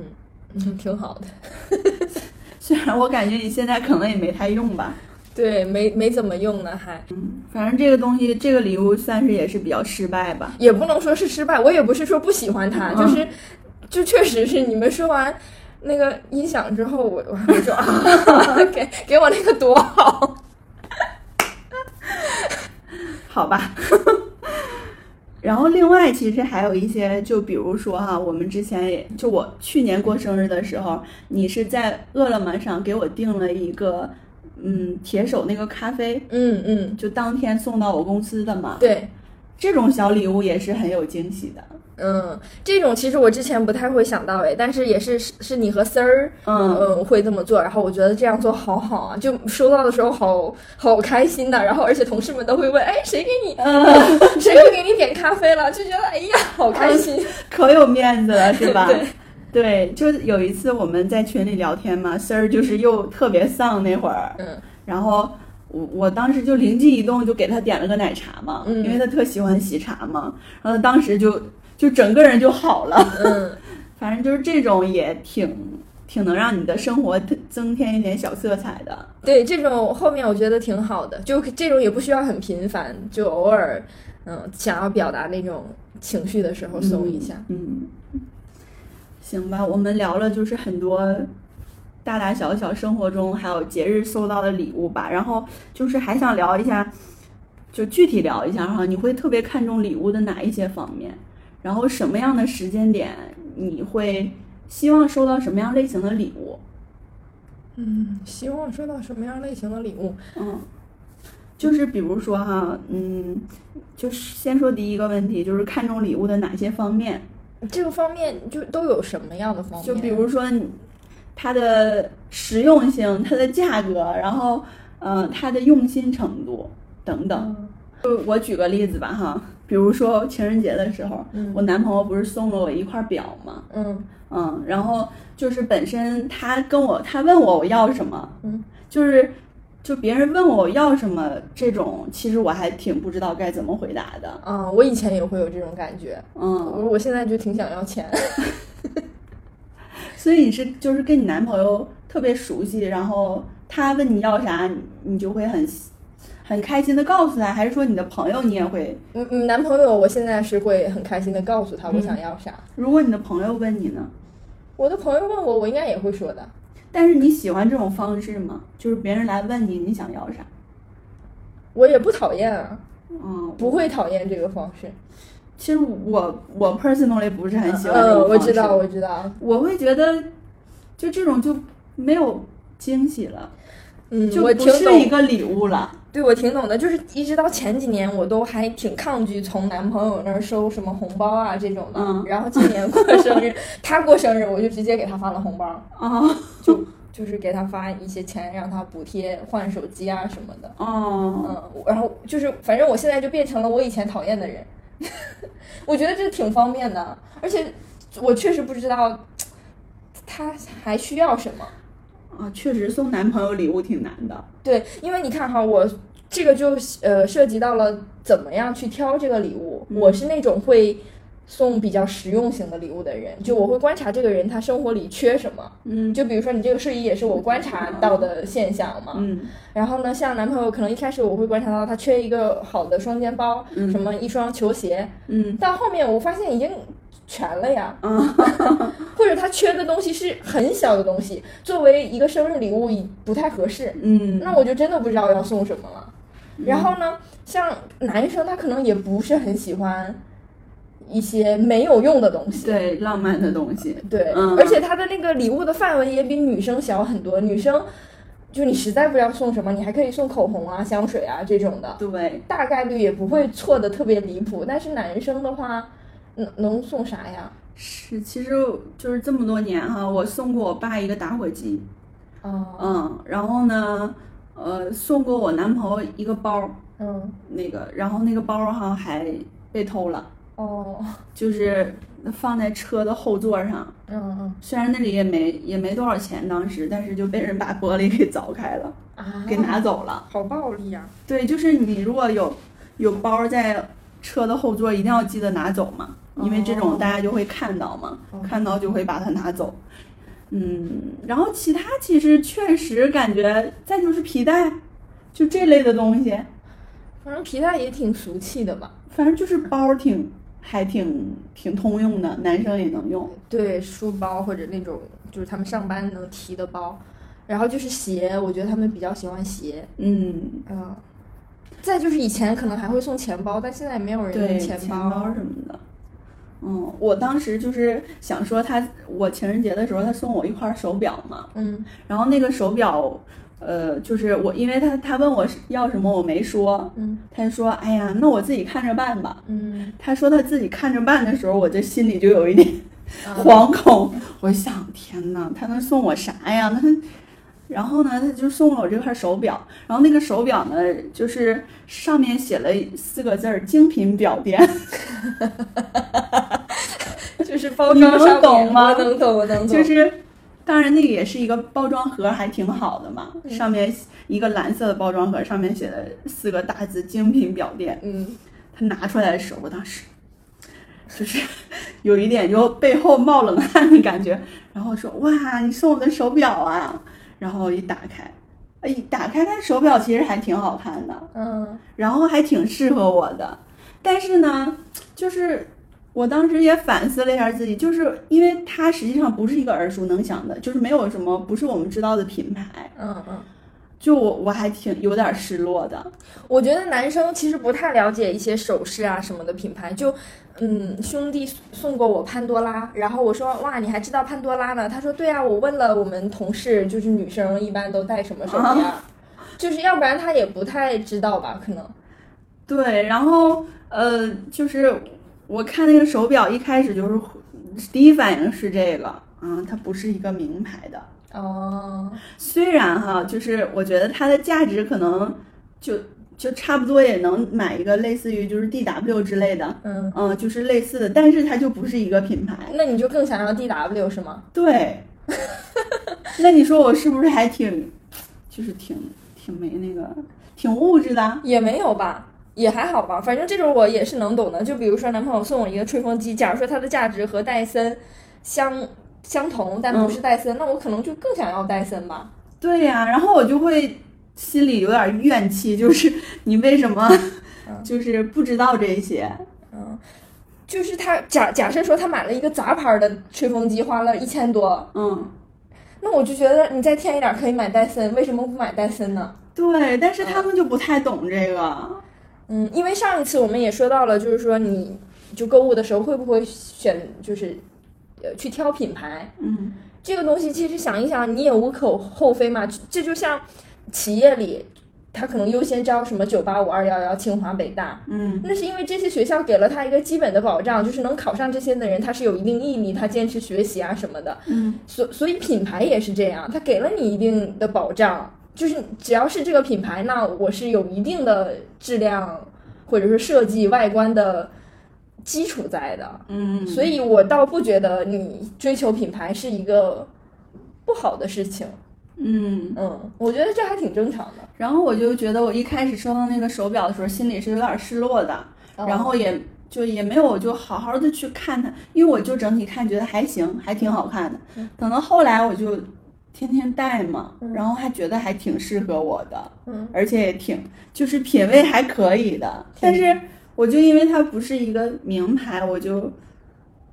嗯，挺好的。
虽然我感觉你现在可能也没太用吧，
对，没没怎么用呢，还
反正这个东西，这个礼物算是也是比较失败吧。
也不能说是失败，我也不是说不喜欢它，
嗯
就是 就确实是你们说完。那个音响之后，我我我 说、啊、给给我那个多好，
好吧。 然后另外其实还有一些，就比如说哈、我们之前也就我去年过生日的时候，你是在饿了么上给我订了一个嗯铁手那个咖啡，
嗯嗯，
就当天送到我公司的嘛。
对，
这种小礼物也是很有惊喜的。
嗯，这种其实我之前不太会想到哎，但是也是是是你和丝儿，
嗯
嗯，会这么做，然后我觉得这样做好好啊，就收到的时候好好开心的，然后而且同事们都会问，哎，谁给你，
嗯
谁又给你点咖啡了，就觉得哎呀，好开心，
可有面子 了，是吧？对，就有一次我们在群里聊天嘛，Sir 就是又特别丧那会儿，
嗯，
然后我我当时就灵机一动，就给他点了个奶茶嘛，
嗯
因为他特喜欢喜茶嘛，然后他当时就就整个人就好了，
嗯，
反正就是这种也挺挺能让你的生活增添一点小色彩的，
对，这种后面我觉得挺好的，就这种也不需要很频繁，就偶尔，嗯，想要表达那种情绪的时候送一下，
嗯，行吧，我们聊了就是很多大大小小生活中还有节日收到的礼物吧，然后就是还想聊一下，就具体聊一下哈，你会特别看重礼物的哪一些方面？然后什么样的时间点你会希望收到什么样类型的礼物？
嗯，希望收到什么样类型的礼物？
嗯，就是比如说哈，嗯，就是先说第一个问题，就是看重礼物的哪些方面？
这个方面就都有什么样的方面？
就比如说你它的实用性、它的价格，然后呃，它的用心程度等等。
嗯
就我举个例子吧哈，比如说情人节的时候，
嗯
我男朋友不是送了我一块表吗？
嗯
嗯，然后就是本身他跟我，他问我我要什么，
嗯，
就是就别人问我要什么这种，其实我还挺不知道该怎么回答的。
啊，我以前也会有这种感觉，我
嗯，
我现在就挺想要钱。
所以你是就是跟你男朋友特别熟悉，然后他问你要啥，你你就会很很开心的告诉他，还是说你的朋友你也会？
嗯嗯，男朋友，我现在是会很开心的告诉他我想要啥。
如果你的朋友问你呢？
我的朋友问我，我应该也会说的。
但是你喜欢这种方式吗？就是别人来问你你想要啥？
我也不讨厌啊，
嗯，
不会讨厌这个方式。
其实我我 personally 不是很喜欢这
嗯，
种
我
方式
知道，我知道。
我会觉得，就这种就没有惊喜了，
嗯，
就不
我挺
是一
懂，
个礼物了。
对我挺懂的。就是一直到前几年，我都还挺抗拒从男朋友那儿收什么红包啊这种的。
嗯
然后今年过生日， 他过生日，我就直接给他发了红包，
啊
就就是给他发一些钱，让他补贴换手机啊什么的。
哦，
嗯，然后就是，反正我现在就变成了我以前讨厌的人。 我觉得这挺方便的，而且我确实不知道他还需要什么。
啊，确实送男朋友礼物挺难的。
对，因为你看哈，我这个就呃涉及到了怎么样去挑这个礼物。
嗯
我是那种会送比较实用型的礼物的人，就我会观察这个人他生活里缺什么。
嗯
就比如说你这个睡衣也是我观察到的现象嘛。
嗯
然后呢，像男朋友可能一开始我会观察到他缺一个好的双肩包，
嗯
什么一双球鞋，
嗯
到后面我发现已经全了呀，
啊，
或者他缺的东西是很小的东西，作为一个生日礼物已不太合适，
嗯
那我就真的不知道要送什么了。
嗯
然后呢，像男生他可能也不是很喜欢一些没有用的东西。
嗯对浪漫的东西，
对，
嗯
而且他的那个礼物的范围也比女生小很多。女生就你实在不知道送什么，你还可以送口红啊、香水啊这种的，
对，
大概率也不会错的特别离谱。但是男生的话，能能送啥呀？
是其实就是这么多年哈、我送过我爸一个打火机，
啊，
嗯，然后呢，呃，送过我男朋友一个包，
嗯，
那个，然后那个包哈、还被偷了。
哦，
就是放在车的后座上，
嗯
虽然那里也没也没多少钱，当时，但是就被人把玻璃给凿开了，
嗯啊，
给拿走了。
好暴力啊呀、
对，就是你如果有有包在车的后座，一定要记得拿走嘛，因为这种大家就会看到嘛，
哦
看到就会把它拿走。嗯，然后其他其实确实感觉，再就是皮带，就这类的东西，
反正皮带也挺俗气的吧？
反正就是包挺还挺挺通用的，男生也能用。
对，书包或者那种就是他们上班能提的包，然后就是鞋，我觉得他们比较喜欢鞋。
嗯，
嗯，再就是以前可能还会送钱包，但现在也没有人
对
用钱
包
包。
什么的。嗯，我当时就是想说他，我情人节的时候他送我一块手表嘛，
嗯
然后那个手表，呃，就是我因为他他问我是要什么我没说，
嗯
他就说哎呀，那我自己看着办吧。
嗯，
他说他自己看着办的时候，我这心里就有一点
啊
惶恐，我想天哪，他能送我啥呀？那他，然后呢，他就送了我这块手表，然后那个手表呢，就是上面写了四个字儿“精品表店”。
就是包装
你
上
能懂
面
吗
我能懂，我能懂。
就是，当然那个也是一个包装盒，还挺好的嘛。
嗯
上面一个蓝色的包装盒，上面写的四个大字“精品表店
嗯，”。
他拿出来的时候，我当时就是有一点就背后冒冷汗的感觉。然后说：“哇，你送我的手表啊！”然后一打开，哎，打开它手表其实还挺好看的。
嗯
然后还挺适合我的。但是呢，就是我当时也反思了一下自己，就是因为它实际上不是一个耳熟能详的，就是没有什么不是我们知道的品牌。
嗯嗯
就我我还挺有点失落的。
我觉得男生其实不太了解一些首饰啊什么的品牌，就嗯，兄弟送过我潘多拉，然后我说哇，你还知道潘多拉呢？他说对啊，我问了我们同事，就是女生一般都戴什么手表， 就是要不然他也不太知道吧，可能。
对，然后呃，就是我看那个手表一开始就是第一反应是这个，嗯，它不是一个名牌的。
哦，
虽然哈，就是我觉得它的价值可能就就差不多也能买一个类似于就是 DW 之类的，
嗯，
嗯，就是类似的，但是它就不是一个品牌。
那你就更想要 DW 是吗？
对，那你说我是不是还挺，就是挺挺没那个，挺物质的？
也没有吧，也还好吧，反正这种我也是能懂的。就比如说男朋友送我一个吹风机，假如说它的价值和戴森相相同，但不是戴森，那我可能就更想要戴森吧。
对呀、然后我就会心里有点怨气，就是 你为什么
嗯
就是不知道这些？
嗯，就是他假假设说他买了一个杂牌的吹风机，花了一千多，
嗯，
那我就觉得你再添一点可以买戴森，为什么不买戴森呢？
对，但是他们就不太懂这个。
嗯，因为上一次我们也说到了，就是说你就购物的时候会不会选就是呃去挑品牌，
嗯，
这个东西其实想一想，你也无可厚非嘛。这这就像企业里，他可能优先招什么九八五、二幺幺、清华、北大，
嗯，
那是因为这些学校给了他一个基本的保障，就是能考上这些的人，他是有一定毅力，他坚持学习啊什么的。
嗯，
所所以品牌也是这样，他给了你一定的保障，就是只要是这个品牌，那我是有一定的质量或者是设计外观的基础在的。
嗯，
所以我倒不觉得你追求品牌是一个不好的事情。
嗯，
嗯，我觉得这还挺正常的。
然后我就觉得我一开始收到那个手表的时候，心里是有点失落的，嗯
嗯哦
然后也就也没有就好好的去看它，因为我就整体看觉得还行，还挺好看的
嗯。
等到后来我就天天戴嘛
嗯，
然后还觉得还挺适合我的，
嗯，
而且也挺就是品味还可以的。但是我就因为它不是一个名牌，我就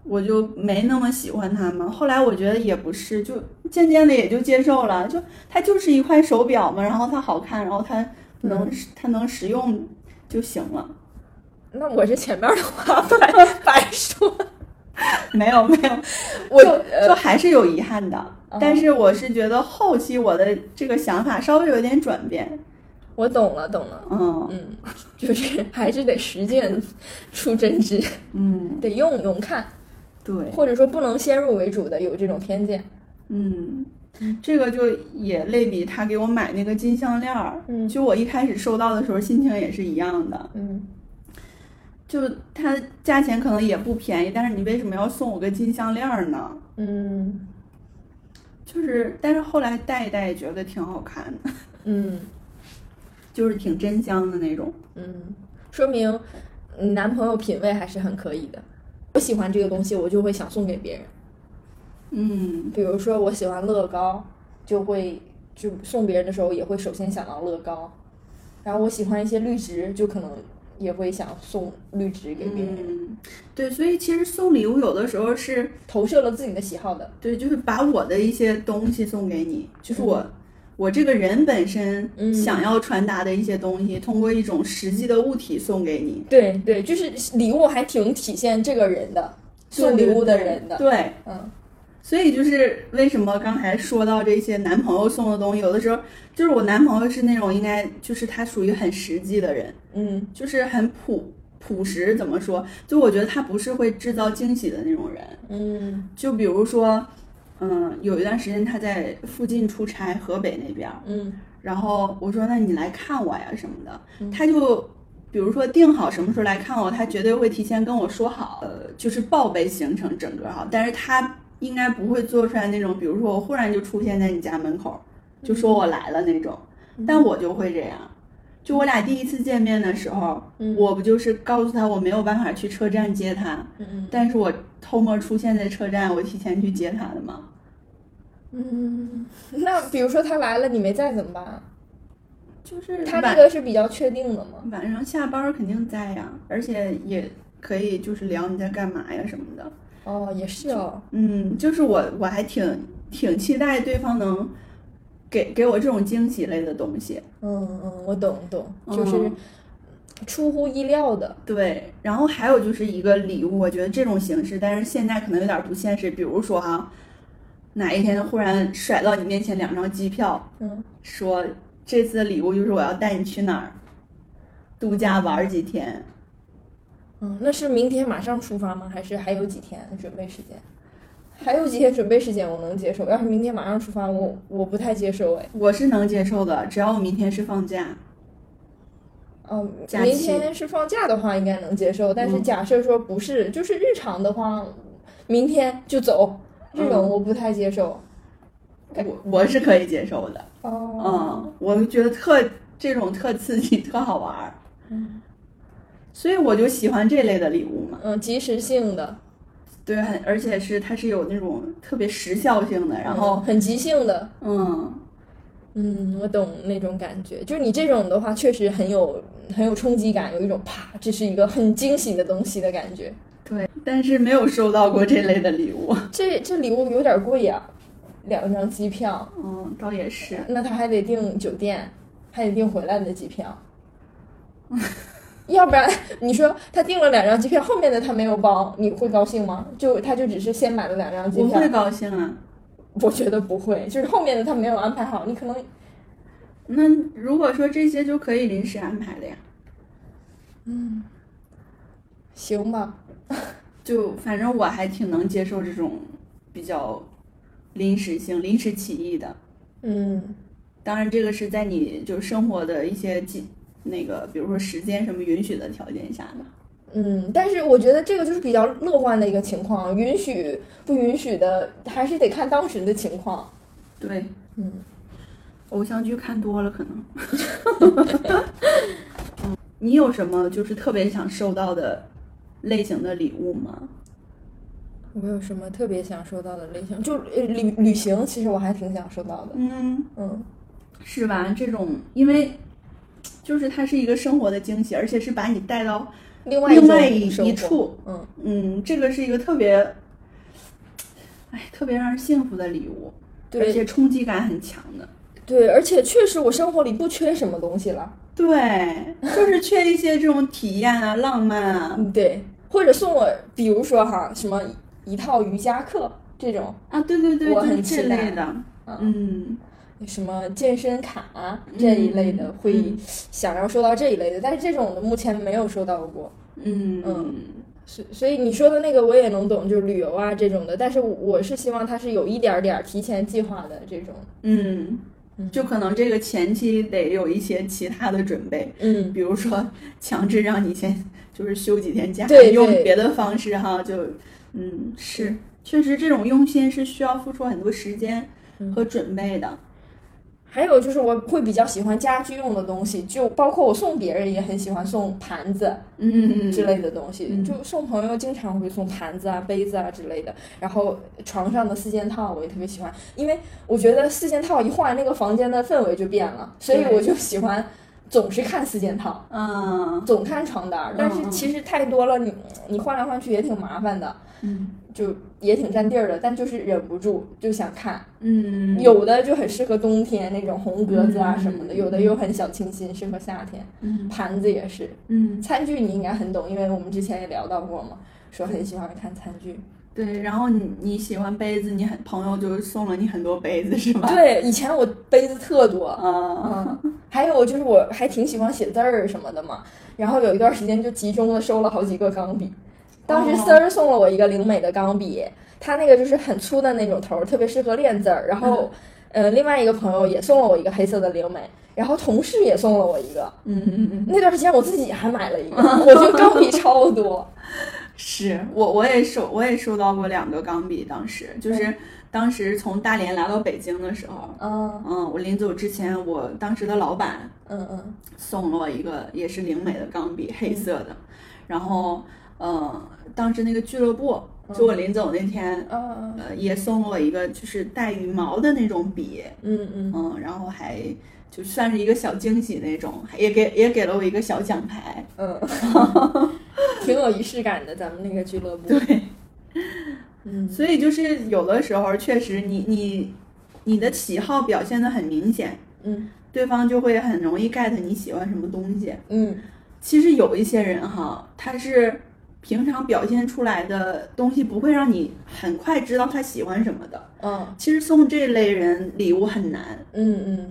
我就没那么喜欢它嘛。后来我觉得也不是，就渐渐的也就接受了，就它就是一块手表嘛，然后它好看，然后它
嗯
能、它能实用就行了。
那我是前面的话白白 说，
没有没有，
我
就就还是有遗憾的。
呃嗯
但是我是觉得后期我的这个想法稍微有点转变，
我懂了，懂了。
嗯
嗯，就是还是得实践出真知，
嗯，
得用用看，
对，
或者说不能先入为主的有这种偏见。
嗯，这个就也类比他给我买那个金项链儿，
嗯
就我一开始收到的时候心情也是一样的，
嗯，
就它价钱可能也不便宜，但是你为什么要送我个金项链儿呢？
嗯
就是，但是后来戴一戴也觉得挺好看的，
嗯
就是挺真香的那种。
嗯，说明你男朋友品味还是很可以的。我喜欢这个东西，我就会想送给别人。
嗯
比如说我喜欢乐高，就会就送别人的时候也会首先想到乐高，然后我喜欢一些绿植，就可能也会想送绿植给别人，
嗯，对，所以其实送礼物有的时候是
投射了自己的喜好的。
对，就是把我的一些东西送给你，就是我、我这个人本身
嗯
想要传达的一些东西，通过一种实际的物体送给你，
对对，就是礼物还挺体现这个人的，送礼
对
物的人的。
对，
嗯
所以就是为什么刚才说到这些男朋友送的东西，有的时候就是我男朋友是那种应该就是他属于很实际的人，
嗯
就是很朴朴实，怎么说？就我觉得他不是会制造惊喜的那种人。
嗯
就比如说，嗯，有一段时间他在附近出差，河北那边儿，
嗯
然后我说那你来看我呀什么的，
嗯
他就比如说定好什么时候来看我，他绝对会提前跟我说好，呃，就是报备行程整个哈，但是他应该不会做出来那种，比如说我忽然就出现在你家门口，就
嗯
说我来了那种，但我就会这样。就我俩第一次见面的时候，
嗯
我不就是告诉他我没有办法去车站接他，
嗯
但是我偷摸出现在车站，我提前去接他的嘛。
嗯。那比如说他来了，你没在怎么办？啊
就是
他这
晚
个是比较确定的吗？
晚上下班儿肯定在呀，而且也可以就是聊你在干嘛呀什么的。
哦，也是哦。
嗯，就是我我还挺挺期待对方能给给我这种惊喜类的东西。
嗯嗯，我懂懂，
嗯
就是出乎意料的。
对，然后还有就是一个礼物，我觉得这种形式，但是现在可能有点不现实。比如说啊，哪一天忽然甩到你面前两张机票，
嗯，
说这次的礼物就是我要带你去哪儿度假玩儿几天。
嗯，那是明天马上出发吗？还是还有几天准备时间？还有几天准备时间，我能接受。要是明天马上出发，我我不太接受哎。
我是能接受的，只要我明天是放假。
嗯，
假
明
期
天是放假的话，应该能接受。但是
嗯
假设说不是，就是日常的话，明天就走这种，
嗯
我不太接受。
我我是可以接受的，
哦，
嗯，我觉得特这种特刺激，特好玩儿，
嗯
所以我就喜欢这类的礼物嘛。
嗯，及时性的，
对，很而且是它是有那种特别时效性的，然后
嗯很即兴的。
嗯，
嗯，我懂那种感觉，就是你这种的话，确实很有很有冲击感，有一种啪，这是一个很惊喜的东西的感觉。
对，但是没有收到过这类的礼物。
这这礼物有点贵呀、两张机票，
嗯，倒也是，
那他还得订酒店，还得订回来的 机票，要不然你说他订了两张机票，后面的他没有包，你会高兴吗？就他就只是先买了两张机
我
票
会，高兴啊。
我觉得不会，就是后面的他没有安排好，你可能
那如果说这些就可以临时安排的呀，
行吧，
就反正我还挺能接受这种比较临时性、临时起意的。
嗯
当然，这个是在你就是生活的一些几那个，比如说时间什么允许的条件下的。
嗯，但是我觉得这个就是比较乐观的一个情况，允许不允许的还是得看当时的情况，
对，
嗯。
偶像剧看多了可能。嗯， 你有什么就是特别想收到的类型的礼物吗？
我有什么特别想收到的类型？就呃旅旅行，其实我还挺想收到的。
嗯，
嗯
是吧？这种因为就是它是一个生活的惊喜，而且是把你带到
另外
另
种
外一
生
一
活，
处。
嗯
嗯，这个是一个特别，哎，特别让人幸福的礼物，而
对
且冲击感很强的。
对，而且确实我生活里不缺什么东西了。
对，就是缺一些这种体验啊、浪漫啊。
嗯，对，或者送我，比如说哈，什么一套瑜伽课这种，
啊，对对对，
我
就是
很期
这类
待
的，
嗯，
嗯，
什么健身卡这一类的，
嗯
会
嗯
想要收到这一类的，但是这种的目前没有收到过。
嗯
嗯所所以你说的那个我也能懂，就是旅游啊这种的，但是我我是希望它是有一点儿点儿提前计划的这种。
嗯
嗯
就可能这个前期得有一些其他的准备，
嗯，
比如说强制让你先就是休几天假，
对对
用别的方式哈，就嗯是，确实这种用心是需要付出很多时间
嗯
和准备的。
还有就是我会比较喜欢家居用的东西，就包括我送别人也很喜欢送盘子
嗯
之类的东西，
嗯
就送朋友经常会送盘子啊、杯子啊之类的。然后床上的四件套我也特别喜欢，因为我觉得四件套一换，那个房间的氛围就变了，所以
对
我就喜欢总是看四件套。
嗯
总看床单儿，但是其实太多了，你你换来换去也挺麻烦的，
嗯
就也挺占地儿的，但就是忍不住就想看，
嗯，
有的就很适合冬天那种红格子啊
嗯
什么的，有的又很小清新，适合夏天。
嗯
盘子也是，
嗯
餐具你应该很懂，因为我们之前也聊到过嘛，说很喜欢看餐具。
对，然后你你喜欢杯子，你很朋友就送了你很多杯子是吧？
对，以前我杯子特多，
啊，
嗯，还有就是我还挺喜欢写字儿什么的嘛，然后有一段时间就集中的收了好几个钢笔，当时
哦
丝儿送了我一个灵美的钢笔，它那个就是很粗的那种头儿，特别适合练字儿。然后，呃，另外一个朋友也送了我一个黑色的灵美，然后同事也送了我一个。
嗯嗯嗯。
那段时间我自己还买了一个，我就钢笔超多。
是我我也收我也收到过两个钢笔，当时就是当时从大连来到北京的时候，
嗯
嗯，我临走之前，我当时的老板
嗯嗯
送了我一个也是灵美的钢笔，黑色的，然后呃，当时那个俱乐部就我临走那天，
嗯
呃，也送了我一个就是带羽毛的那种笔，
嗯嗯，
嗯，然后还就算是一个小惊喜那种，也给也给了我一个小奖牌，
嗯，挺有仪式感的，咱们那个俱乐部。
对。
嗯
所以就是有的时候，确实你你你的喜好表现得很明显，
嗯
对方就会很容易 get 你喜欢什么东西。
嗯
其实有一些人哈，他是平常表现出来的东西不会让你很快知道他喜欢什么的。
嗯
其实送这类人礼物很难，
嗯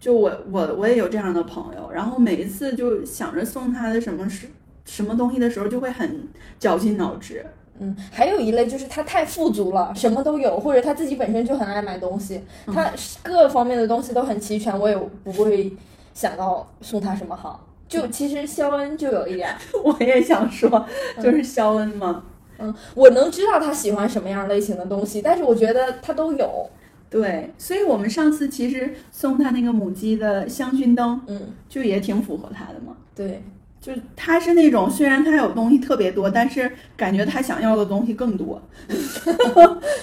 就我我我也有这样的朋友，然后每一次就想着送他的什么是什么东西的时候，就会很绞尽脑汁。
嗯，还有一类就是他太富足了，什么都有，或者他自己本身就很爱买东西，他各方面的东西都很齐全，我也不会想到送他什么好。就其实肖恩就有一点，
我也想说，就是肖恩嘛，
嗯，我能知道他喜欢什么样类型的东西，但是我觉得他都有，
对，所以我们上次其实送他那个母鸡的香薰灯，
嗯，
就也挺符合他的嘛。
对，
就是他是那种虽然他有东西特别多，但是感觉他想要的东西更多，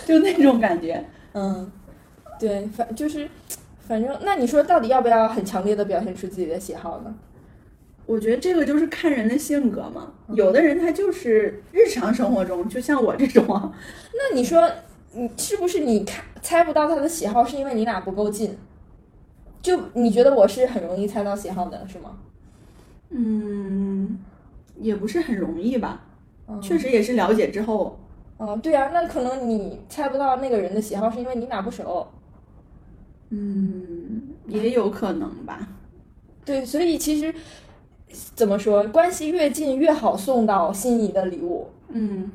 就那种感觉。
嗯，对，反就是，反正那你说到底要不要很强烈的表现出自己的喜好呢？
我觉得这个就是看人的性格嘛，有的人他就是日常生活中，就像我这种啊，
那你说，你是不是你看猜不到他的喜好，是因为你俩不够近？就你觉得我是很容易猜到喜好的，是吗？
嗯，也不是很容易吧。
嗯
确实也是了解之后，
嗯，对啊，那可能你猜不到那个人的喜好，是因为你俩不熟。
嗯，也有可能吧。
对，所以其实怎么说，关系越近越好送到心仪的礼物，
嗯，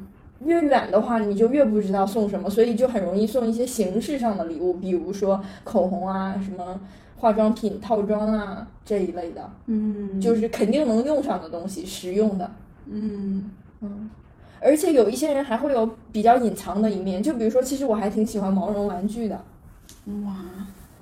越远的话，你就越不知道送什么，所以就很容易送一些形式上的礼物，比如说口红啊、什么化妆品套装啊这一类的，
嗯
就
就是
是肯定能用上的东西，实用的。
嗯
嗯，而且有一些人还会有比较隐藏的一面，就比如说，其实我还挺喜欢毛绒玩具的。
哇，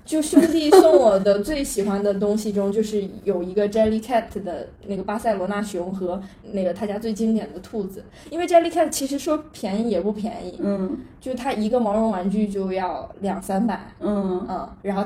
就兄弟送我的最喜欢的东西中，就是有一个 Jellycat 的那个巴塞罗那熊和那个他家最经典的兔子，因为 Jellycat 其实说便宜也不便宜，
嗯
就它一个毛绒玩具就要两三百，
嗯
嗯，然后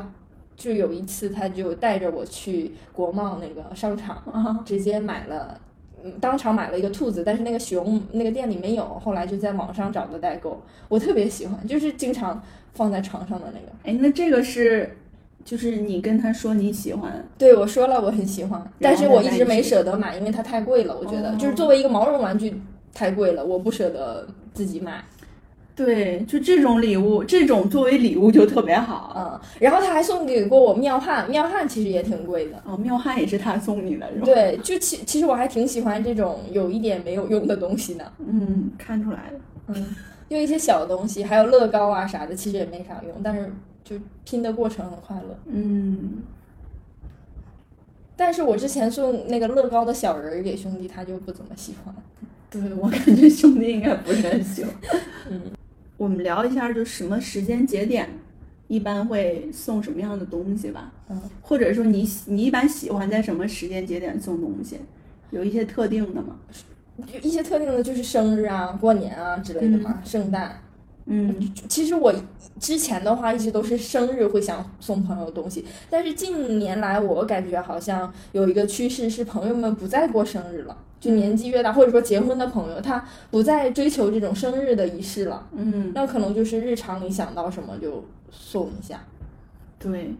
就有一次他就带着我去国贸那个商场，
啊
直接买了，嗯，当场买了一个兔子，但是那个熊那个店里没有，后来就在网上找的代购，我特别喜欢，就是经常放在床上的那个。
哎，那这个是，就是你跟他说你喜欢，
对，我说了我很喜欢，但是我一直
然后再
没
买一只
舍得买，因为它太贵了，我觉得、
哦
就是作为一个毛绒玩具太贵了，我不舍得自己买。
对，就这种礼物，这种作为礼物就特别好。
嗯，然后他还送给过我妙汉，妙汉其实也挺贵的。
哦，妙汉也是他送你的，是吧？，
对，就其其实我还挺喜欢这种有一点没有用的东西呢，
嗯，看出来了。
嗯，就一些小东西，还有乐高啊啥的，其实也没啥用，但是就拼的过程很快乐。
嗯，
但是我之前送那个乐高的小人儿给兄弟，他就不怎么喜欢。
对我感觉兄弟应该不是很喜欢。
嗯，
我们聊一下，就什么时间节点一般会送什么样的东西吧，
嗯，
或者说你你一般喜欢在什么时间节点送东西？有一些特定的吗？
就一些特定的，就是生日啊、过年啊之类的嘛，圣诞。
嗯
其实我之前的话一直都是生日会想送朋友东西，但是近年来我感觉好像有一个趋势是朋友们不再过生日了，就年纪越大或者说结婚的朋友，他不再追求这种生日的仪式了，
嗯，
那可能就是日常里想到什么就送一下。
对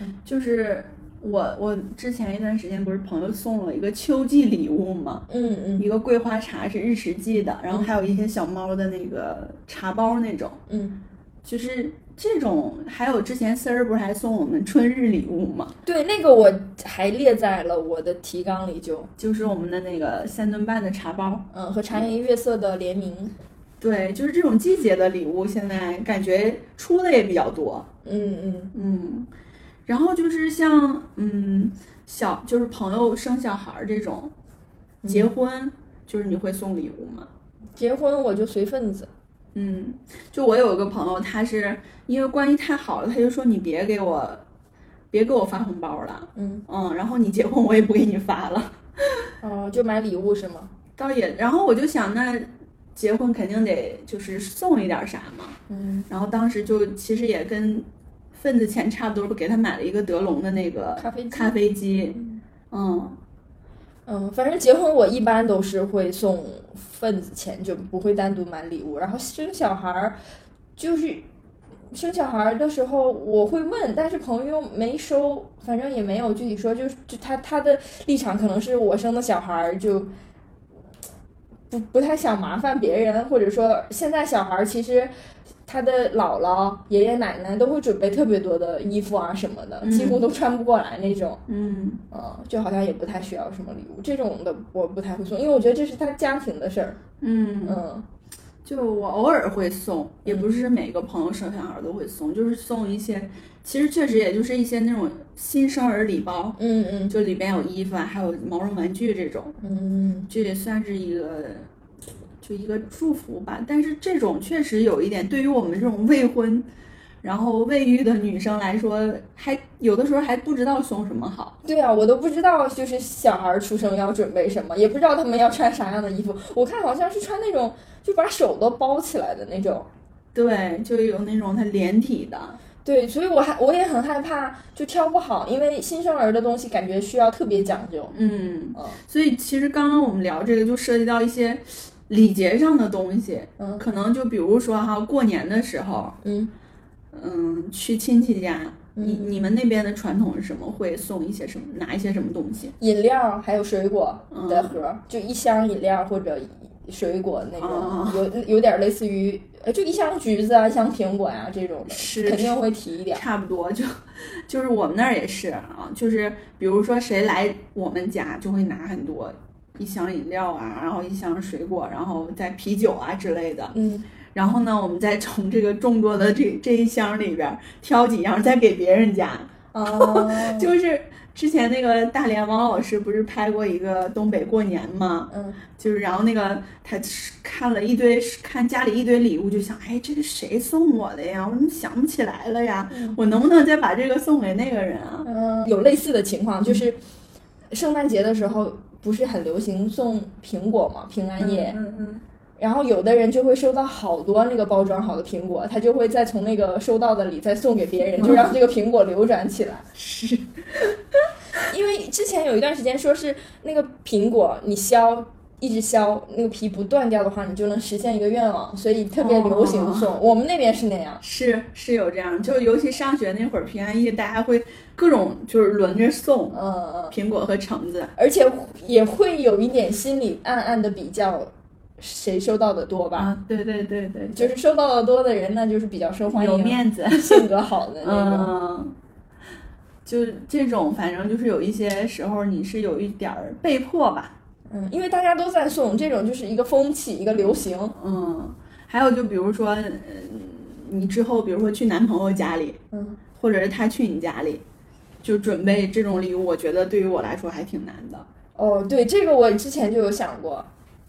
嗯，
就是我我之前一段时间不是朋友送了一个秋季礼物吗？
嗯嗯
一个桂花茶是日食记的，然后还有一些小猫的那个茶包那种，
嗯，
就是这种。还有之前丝儿不是还送我们春日礼物吗？
对，那个我还列在了我的提纲里就，
就是我们的那个三顿半的茶包。
嗯，和茶颜悦色的联名，
对，就是这种季节的礼物，现在感觉出的也比较多。
嗯嗯
嗯，然后就是像嗯小就是朋友生小孩儿这种，结婚就是你会送礼物吗？
结婚我就随份子，
嗯，就我有一个朋友，他是因为关系太好了，他就说你别给我，别给我发红包了，
嗯
嗯，然后你结婚我也不给你发了，
哦、就买礼物是吗？
倒也，然后我就想那结婚肯定得就是送一点啥嘛，
嗯，
然后当时就其实也跟份子钱差不多，给他买了一个德龙的那个
咖啡机
咖啡机，嗯，
嗯，反正结婚我一般都是会送份子钱，就不会单独买礼物。然后生小孩儿就是生小孩的时候我会问，但是朋友没收，反正也没有具体说，就是就他他的立场可能是我生的小孩就不不太想麻烦别人，或者说现在小孩其实。他的姥姥、爷爷奶奶都会准备特别多的衣服啊什么的，
嗯
几乎都穿不过来那种。
嗯，
嗯，就好像也不太需要什么礼物，这种的我不太会送，因为我觉得这是他家庭的事儿。
嗯
嗯
就我偶尔会送，也不是每个朋友生小孩都会送，就是送一些，其实确实也就是一些那种新生儿礼包，
嗯嗯
就里边有衣服啊，还有毛绒玩具这种，
嗯
这也算是一个。就一个祝福吧，但是这种确实有一点，对于我们这种未婚，然后未育的女生来说，还有的时候还不知道送什么好。
对啊，我都不知道就是小孩儿出生要准备什么，也不知道他们要穿啥样的衣服。我看好像是穿那种就把手都包起来的那种。
对，就有那种它连体的，
对，所以我还我也很害怕，就挑不好，因为新生儿的东西感觉需要特别讲究。
嗯
嗯
所以其实刚刚我们聊这个就涉及到一些礼节上的东西，
嗯
可能就比如说哈，过年的时候，
嗯
嗯，去亲戚家，你
嗯，
你们那边的传统是什么？会送一些什么，拿一些什么东西？
饮料还有水果
嗯
的盒儿，就一箱饮料或者水果那
哦
种，有有点类似于，呃，就一箱橘子啊，一箱苹果呀、这种的，
是
肯定会提一点。
差不多就就是我们那儿也是啊，就是比如说谁来我们家，就会拿很多一箱饮料啊，然后一箱水果，然后再啤酒啊之类的。
嗯，
然后呢，我们再从这个众多的这这一箱里边儿挑几样，再给别人家。
啊，
就是之前那个大连王老师不是拍过一个东北过年吗？
嗯，
就是然后那个他看了一堆，看家里一堆礼物，就想，哎，这个谁送我的呀？我怎么想不起来了呀？我能不能再把这个送给那个人啊？
嗯，有类似的情况，就是圣诞节的时候不是很流行送苹果嘛，平安夜，
嗯嗯
然后有的人就会收到好多那个包装好的苹果，他就会再从那个收到的里再送给别人，就让这个苹果流转起来。
是，
因为之前有一段时间说是那个苹果你削一直削，那个皮不断掉的话，你就能实现一个愿望，所以特别流行送。我们那边是那样，
是是有这样，就尤其上学那会儿平安夜，大家会各种就是轮着送
嗯嗯，
苹果和橙子。
而且也会有一点心里暗暗的比较，谁收到的多吧。
啊，对对对对，
就是收到的多的人，那就是比较受欢
有
迎、
面子。
性格好的 那种。
嗯，就这种，反正就是有一些时候你是有一点儿被迫吧。
嗯，因为大家都在送，这种就是一个风气，一个流行。
嗯，还有就比如说，嗯，你之后比如说去男朋友家里，
嗯，
或者是他去你家里，就准备这种礼物，我觉得对于我来说还挺难的。
哦，对，这个我之前就有想过，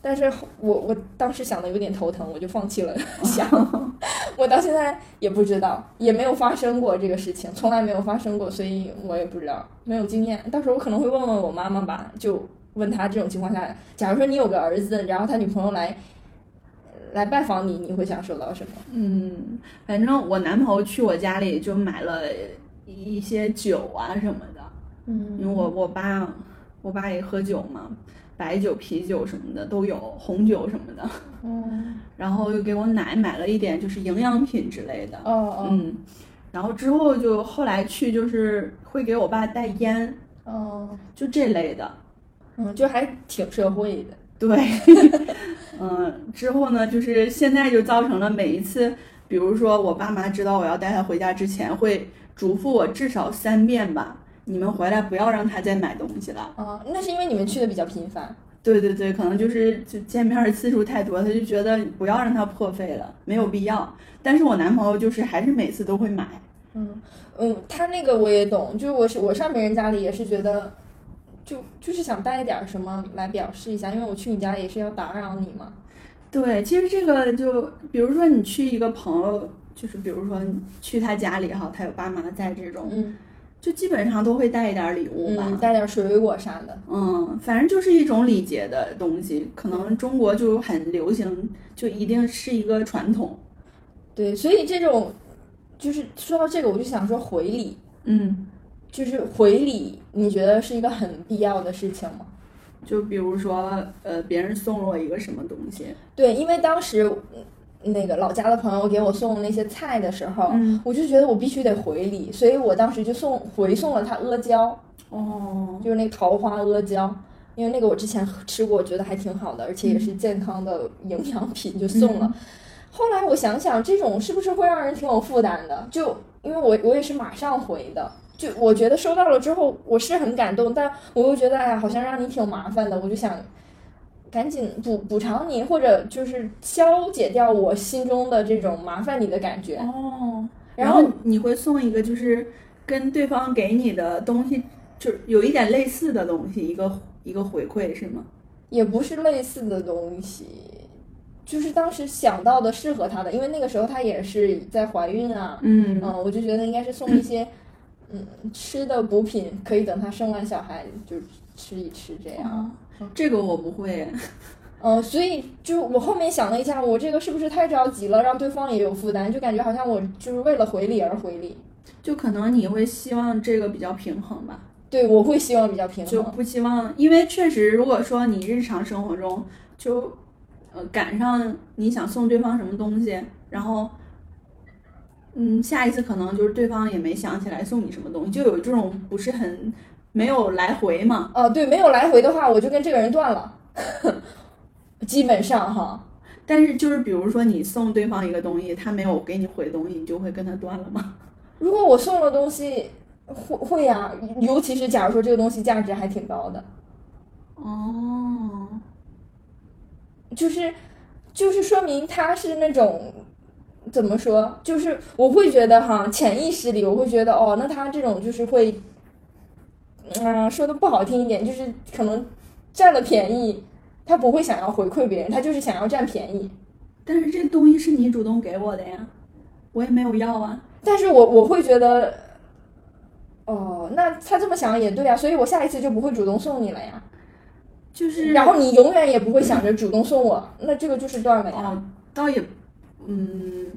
但是我我当时想的有点头疼，我就放弃了想。 我到现在也不知道，也没有发生过这个事情，从来没有发生过，所以我也不知道，没有经验。到时候我可能会问问我妈妈吧，就问她这种情况下，假如说你有个儿子，然后他女朋友来来拜访你，你会想收到什么？
嗯，反正我男朋友去我家里就买了一些酒啊什么的，因为
嗯
我我爸我爸也喝酒嘛，白酒、啤酒什么的都有，红酒什么的。
嗯
然后又给我奶买了一点就是营养品之类的，
哦哦
嗯，然后之后就后来去就是会给我爸带烟，
哦，
就这类的，
嗯，就还挺社会的。
对，嗯，之后呢就是现在就造成了每一次，比如说我爸妈知道我要带他回家之前会嘱咐我至少三遍吧，你们回来不要让他再买东西了。
哦，那是因为你们去的比较频繁。
对对对，可能就是就见面儿次数太多，他就觉得不要让他破费了，没有必要。但是我男朋友就是还是每次都会买。
嗯嗯，他那个我也懂，就是我是我上别人家里也是觉得，就就是想带一点儿什么来表示一下，因为我去你家也是要打扰你嘛。
对，其实这个就比如说你去一个朋友，就是比如说你去他家里哈，他有爸妈在这种，
嗯
就基本上都会带一点儿礼物吧。
嗯，带点儿水果啥的。
嗯，反正就是一种礼节的东西，可能中国就很流行，就一定是一个传统。
对，所以这种就是说到这个，我就想说回礼，
嗯，
就是回礼，你觉得是一个很必要的事情吗？
就比如说呃，别人送了我一个什么东西，
对，因为当时嗯那个老家的朋友给我送那些菜的时候，
嗯
我就觉得我必须得回礼，所以我当时就送回送了他阿胶，
哦，
就是那个桃花阿胶。因为那个我之前吃过，我觉得还挺好的，而且也是健康的营养品，就送了。
嗯
后来我想想，这种是不是会让人挺有负担的？就因为我我也是马上回的，就我觉得收到了之后我是很感动，但我又觉得哎呀，好像让你挺麻烦的，我就想赶紧补补偿你，或者就是消解掉我心中的这种麻烦你的感觉。
哦，
然
然
后
后你会送一个就是跟对方给你的东西，就是有一点类似的东西，一个一个回馈是吗？
也不是类似的东西，就是当时想到的适合她的，因为那个时候她也是在怀孕啊，
嗯
嗯，我就觉得应该是送一些，嗯，吃的补品，可以等她生完小孩就吃一吃这样。
啊，这个我不会。
嗯，所以就是我后面想了一下，我这个是不是太着急了，让对方也有负担，就感觉好像我就是为了回礼而回礼。
就可能你会希望这个比较平衡吧，
对，我会希望比较平
就
衡。
不希望，因为确实，如果说你日常生活中就呃赶上你想送对方什么东西，然后嗯下一次可能就是对方也没想起来送你什么东西，就有这种不是很没有来回嘛。
啊，对，没有来回的话，我就跟这个人断了， 基本上哈。
但是就是比如说你送对方一个东西，他没有给你回东西，你就会跟他断了吗？
如果我送了东西，会会呀、尤其是假如说这个东西价值还挺高的，
哦，
就是就是说明他是那种怎么说，就是我会觉得哈，潜意识里我会觉得哦，那他这种就是会，嗯、说的不好听一点，就是可能占了便宜，他不会想要回馈别人，他就是想要占便宜。
但是这东西是你主动给我的呀，我也没有要啊。
但是我我会觉得，哦，那他这么想也对啊，所以我下一次就不会主动送你了呀。
就是
然后你永远也不会想着主动送我，那这个就是断尾啊。
哦，倒也，嗯，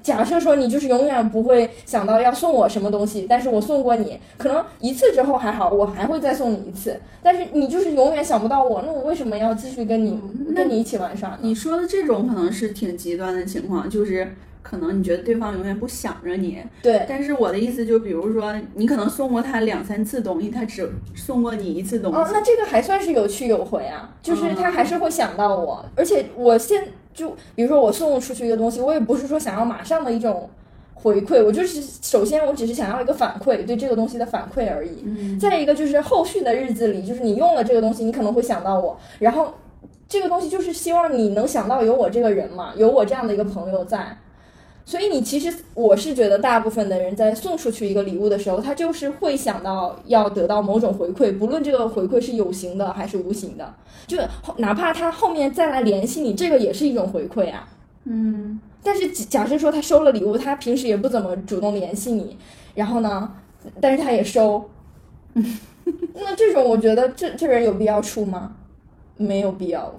假设说你就是永远不会想到要送我什么东西，但是我送过你，可能一次之后还好，我还会再送你一次，但是你就是永远想不到我，那我为什么要继续跟你
嗯那
跟你一起玩耍呢？
你说的这种可能是挺极端的情况，就是可能你觉得对方永远不想着你，
对，
但是我的意思就比如说你可能送过他两三次东西，他只送过你一次东
哦，
西，
那这个还算是有去有回啊，就是他还是会想到我，而且我现就比如说我送出去一个东西，我也不是说想要马上的一种回馈，我就是首先我只是想要一个反馈，对这个东西的反馈而已。
嗯，
再一个就是后续的日子里，就是你用了这个东西，你可能会想到我，然后这个东西就是希望你能想到有我这个人嘛，有我这样的一个朋友在。所以你其实我是觉得，大部分的人在送出去一个礼物的时候，他就是会想到要得到某种回馈，不论这个回馈是有形的还是无形的，就哪怕他后面再来联系你，这个也是一种回馈啊。
嗯，
但是假假设说他收了礼物，他平时也不怎么主动联系你，然后呢，但是他 也收，那这种我觉得这这人有必要处吗？没有必要。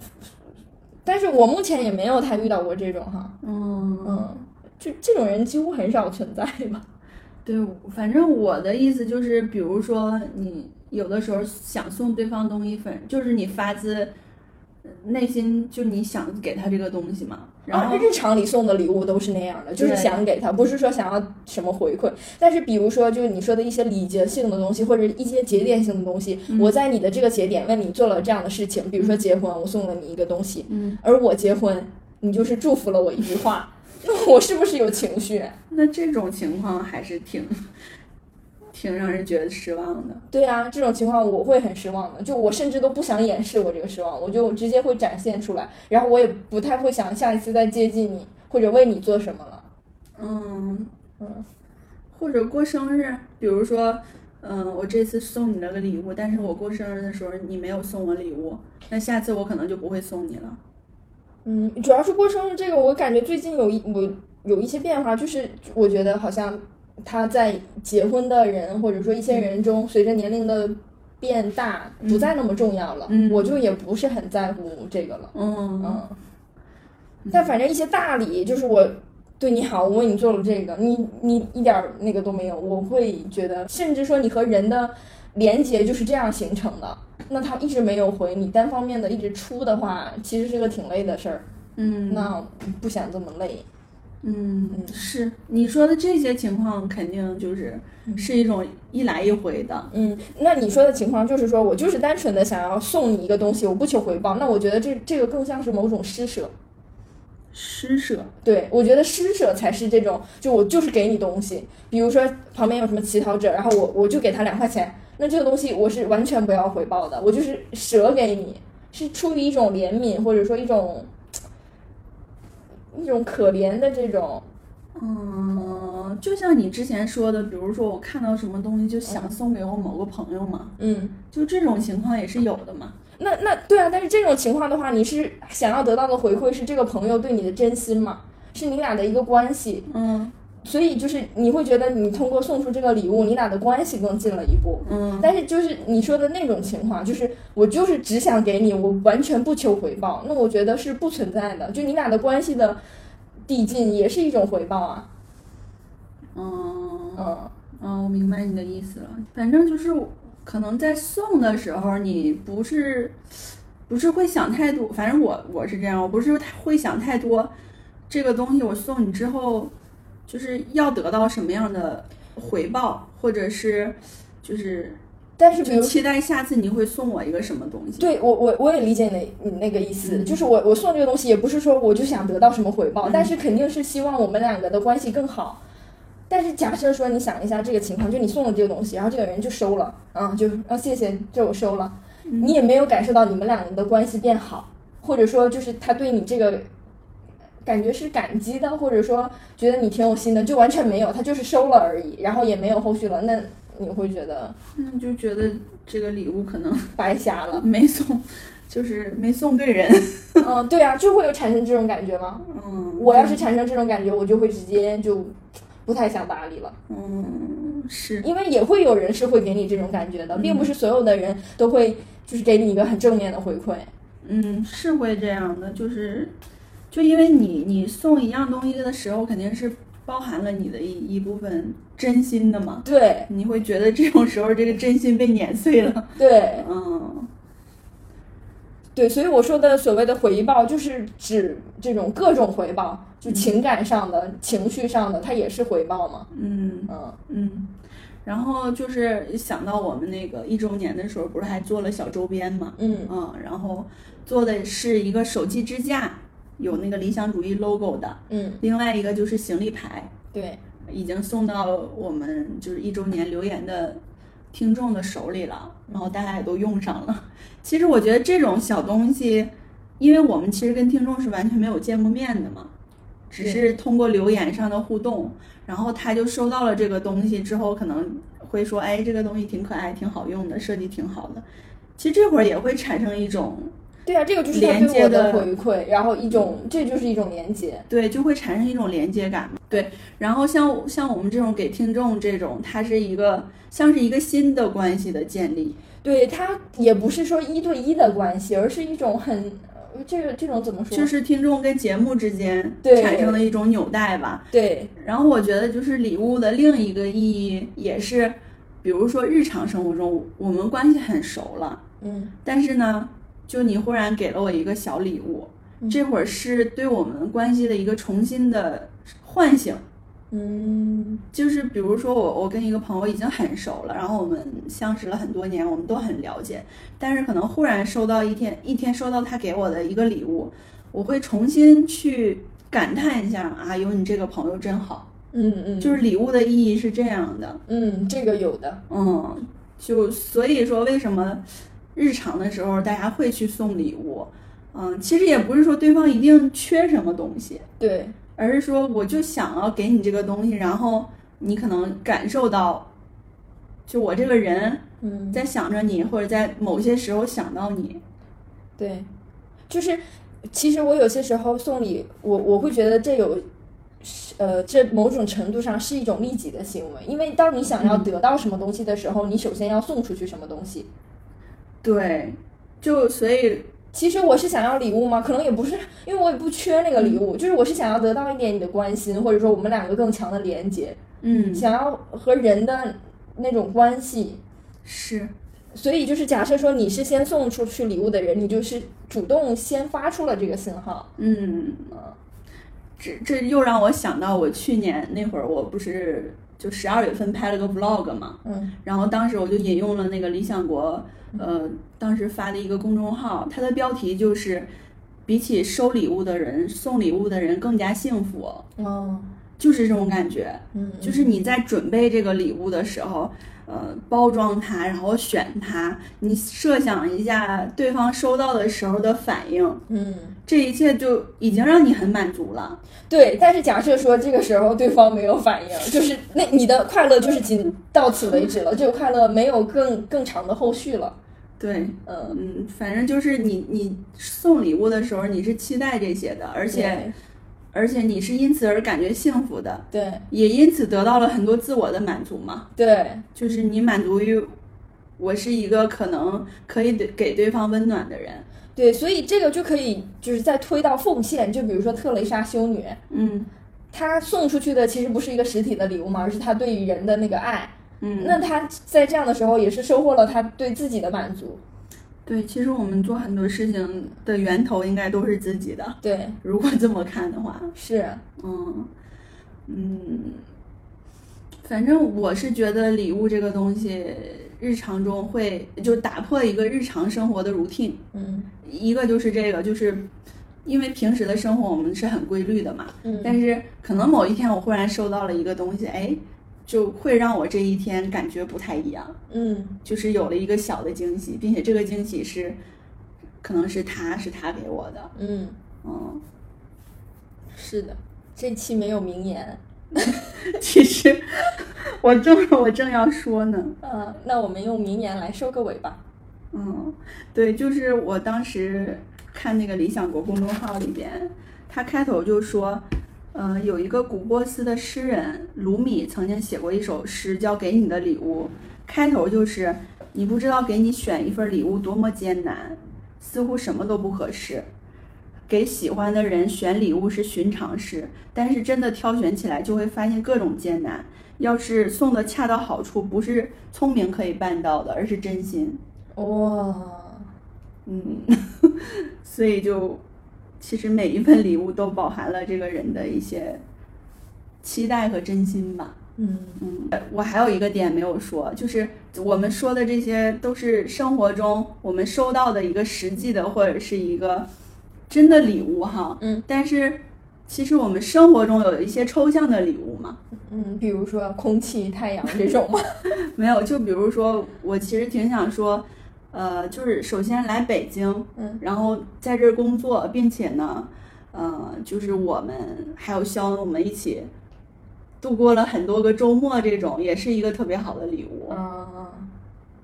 但是我目前也没有太遇到过这种哈，
嗯
嗯，就这种人几乎很少存在吧。
对，反正我的意思就是，比如说你有的时候想送对方东西，反就是你发自内心就你想给他这个东西嘛，然后、
啊、日常里送的礼物都是那样的，就是
对
想给他，不是说想要什么回馈。但是比如说，就是你说的一些礼节性的东西，或者一些节点性的东西，
嗯
我在你的这个节点为你做了这样的事情，比如说结婚，我送了你一个东西，
嗯，
而我结婚，你就是祝福了我一句话， 那我是不是有情绪？
那这种情况还是挺挺让人觉得失望的。
对啊，这种情况我会很失望的，就我甚至都不想掩饰我这个失望，我就直接会展现出来，然后我也不太会想下一次再接近你或者为你做什么了。
嗯
嗯，
或者过生日，比如说，嗯、我这次送你了个礼物，但是我过生日的时候你没有送我礼物，那下次我可能就不会送你了。
嗯，主要是过生日这个，我感觉最近有一我有一些变化，就是我觉得好像他在结婚的人或者说一些人中，随着年龄的变大，
嗯
不再那么重要了，
嗯
我就也不是很在乎这个了。
嗯，
嗯，但反正一些大礼，就是我对你好，我为你做了这个，你你一点儿那个都没有，我会觉得，甚至说你和人的连接就是这样形成的。那他一直没有回你，单方面的一直出的话，其实是个挺累的事儿。
嗯
那不想这么累。
嗯
嗯
是你说的这些情况，肯定就是
嗯
是一种一来一回的。
嗯，那你说的情况就是说我就是单纯的想要送你一个东西，我不求回报。那我觉得这这个更像是某种施舍。
施舍，
对，我觉得施舍才是这种，就我就是给你东西，比如说旁边有什么乞讨者，然后我我就给他两块钱，那这个东西我是完全不要回报的，我就是舍给你，是出于一种怜悯或者说一种一种可怜的这种，
嗯，就像你之前说的，比如说我看到什么东西就想送给我某个朋友嘛，
嗯，
就这种情况也是有的嘛。
那那对啊，但是这种情况的话，你是想要得到的回馈是这个朋友对你的真心嘛？是你俩的一个关系，
嗯
所以就是你会觉得你通过送出这个礼物，你俩的关系更近了一步。
嗯
但是就是你说的那种情况，就是我就是只想给你，我完全不求回报，那我觉得是不存在的。就你俩的关系的递进也是一种回报啊。
嗯
嗯
嗯，我明白你的意思了。反正就是可能在送的时候，你不是不是会想太多，反正我我是这样，我不是太会想太多。这个东西我送你之后，就是要得到什么样的回报，或者是就是
但是比
就
如
期待下次你会送我一个什么东西。
对我我我也理解你的你那个意思，
嗯
就是我我送这个东西也不是说我就想得到什么回报，
嗯
但是肯定是希望我们两个的关系更好。但是假设说你想一下这个情况，就你送了这个东西，然后这个人就收了，啊，就啊谢谢，这我收了，
嗯
你也没有感受到你们两个人的关系变好，或者说就是他对你这个感觉是感激的，或者说觉得你挺有心的，就完全没有，他就是收了而已，然后也没有后续了，那你会觉得
嗯，就觉得这个礼物可能。
白瞎了
没送，就是没送对人。
嗯，对啊，就会有产生这种感觉吗？
嗯，
我要是产生这种感觉，我就会直接就不太想搭理了，
嗯是
因为也会有人是会给你这种感觉
嗯
的，并不是所有的人都会就是给你一个很正面的回馈。
嗯是会这样的，就是就因为你你送一样东西的时候，肯定是包含了你的一一部分真心的嘛，
对
你会觉得这种时候这个真心被碾碎了。
对
嗯
对，所以我说的所谓的回报，就是指这种各种回报，就情感上的、情绪上的，它也是回报嘛。
嗯
嗯，
嗯。然后就是想到我们那个一周年的时候，不是还做了小周边嘛？
嗯
嗯，然后做的是一个手机支架，有那个理想主义 logo 的，
嗯，
另外一个就是行李牌，
对，
已经送到我们就是一周年留言的听众的手里了，然后大家也都用上了。其实我觉得这种小东西，因为我们其实跟听众是完全没有见过面的嘛，只是通过留言上的互动，然后他就收到了这个东西之后，可能会说，哎，这个东西挺可爱，挺好用的，设计挺好的。其实这会儿也会产生一种
对啊，这个就是他
连
对我
接的
的
嗯
回馈，然后一种，这就是一种连接。
对，就会产生一种连接感嘛。对，然后像像我们这种给听众这种，它是一个像是一个新的关系的建立。
对，它也不是说一对一的关系，而是一种很。呃这个这种怎么说？
就是听众跟节目之间
对
产生的一种纽带吧。
对
然后我觉得就是礼物的另一个意义也是，比如说日常生活中我们关系很熟了，
嗯，
但是呢，就你忽然给了我一个小礼物，
嗯
这会儿是对我们关系的一个重新的唤醒。
嗯
就是比如说我我跟一个朋友已经很熟了，然后我们相识了很多年，我们都很了解，但是可能忽然收到一天一天收到他给我的一个礼物，我会重新去感叹一下啊，有你这个朋友真好。
嗯嗯，
就是礼物的意义是这样的，
嗯，这个有的，
嗯，就所以说为什么日常的时候大家会去送礼物，嗯，其实也不是说对方一定缺什么东西，
对
而是说我就想要给你这个东西，然后你可能感受到，就我这个人
嗯
在想着你，或者在某些时候想到你。
对，就是其实我有些时候送礼，我我会觉得这有。呃，这某种程度上是一种利己的行为，因为当你想
嗯
要得到什么东西的时候，你首先要送出去什么东西。
对，就所以，
其实我是想要礼物吗？可能也不是，因为我也不缺那个礼
嗯
物，就是我是想要得到一点你的关心，或者说我们两个更强的连接，
嗯，
想要和人的那种关系。
是，
所以就是假设说你是先送出去礼物的人，你就是主动先发出了这个信号。
嗯，这这又让我想到我去年那会儿，我不是就十二月份拍了个 vlog 嘛，
嗯
然后当时我就引用了那个理想国，呃，当时发的一个公众号，它的标题就是“比起收礼物的人，送礼物的人更加幸福
哦”，
就是这种感觉。
嗯，
就是你在准备这个礼物的时候，呃，包装它，然后选它，你设想一下对方收到的时候的反应，
嗯。
这一切就已经让你很满足了。
对，但是假设说这个时候对方没有反应， 就是那你的快乐就是仅到此为止了，这个快乐没有更更长的后续了。
对，
嗯，
嗯，反正就是你你送礼物的时候，你是期待这些的，而
而
且而且你是因此而感觉幸福的，
对
也因此得到了很多自我的满足嘛。
对
就是你满足于我是一个可能可以对给对方温暖的人。
对，所以这个就可以就是再推到奉献，就比如说特蕾莎修女，
嗯
她送出去的其实不是一个实体的礼物嘛，而是她对于人的那个爱。
嗯，
那她在这样的时候也是收获了她对自己的满足。
对，其实我们做很多事情的源头应该都是自己的。
对，
如果这么看的话，
是，
嗯嗯，反正我是觉得礼物这个东西，日常中会就打破一个日常生活的 routine。
嗯
一个就是这个，就是因为平时的生活我们是很规律的嘛，
嗯，
但是可能某一天我忽然收到了一个东西，哎，就会让我这一天感觉不太一样。
嗯
就是有了一个小的惊喜，并且这个惊喜是，可能是他是他给我的，
嗯，
嗯，
是的，这期没有名言。
其实我正我正要说呢，
嗯，那我们用名言来收个尾吧。
嗯，对，就是我当时看那个理想国公众号里边，他开头就说，呃，有一个古波斯的诗人鲁米曾经写过一首诗，叫《给你的礼物》，开头就是你不知道给你选一份礼物多么艰难，似乎什么都不合适。给喜欢的人选礼物是寻常事，但是真的挑选起来就会发现各种艰难。要是送的恰到好处，不是聪明可以办到的，而是真心。
哇、
嗯，所以就其实每一份礼物都饱含了这个人的一些期待和真心吧。
嗯
嗯，我还有一个点没有说，就是我们说的这些都是生活中我们收到的一个实际的或者是一个真的礼物哈。
嗯，
但是其实我们生活中有一些抽象的礼物嘛，
嗯，比如说空气、太阳这种 吗？
没有，就比如说我其实挺想说，呃，就是首先来北京，
嗯
然后在这儿工作，并且呢，呃，就是我们还有肖恩，我们一起度过了很多个周末，这种也是一个特别好的礼物。
嗯，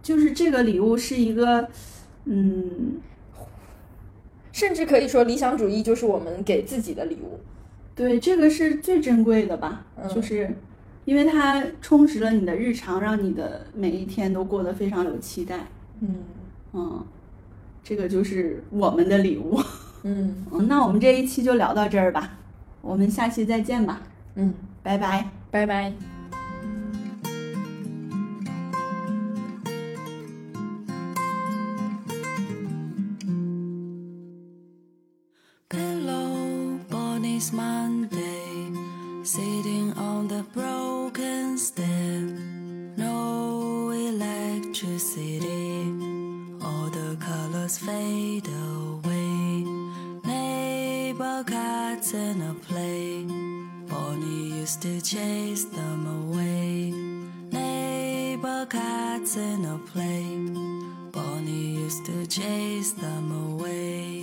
就是这个礼物是一个，嗯，
甚至可以说理想主义就是我们给自己的礼物。
对，这个是最珍贵的吧，
嗯
就是因为它充实了你的日常，让你的每一天都过得非常有期待。
嗯
嗯，这个就是我们的礼物。
嗯
嗯，那我们这一期就聊到这儿吧，我们下期再见吧，
嗯，
拜拜。
拜拜。
Pillow, Bonnie's Monday, sitting on the broken step. No electricity, all the colors fade away. Neighbor cats in a play, Bonnie used to chase them away. Neighbor cats in a play, Bonnie used to chase them away.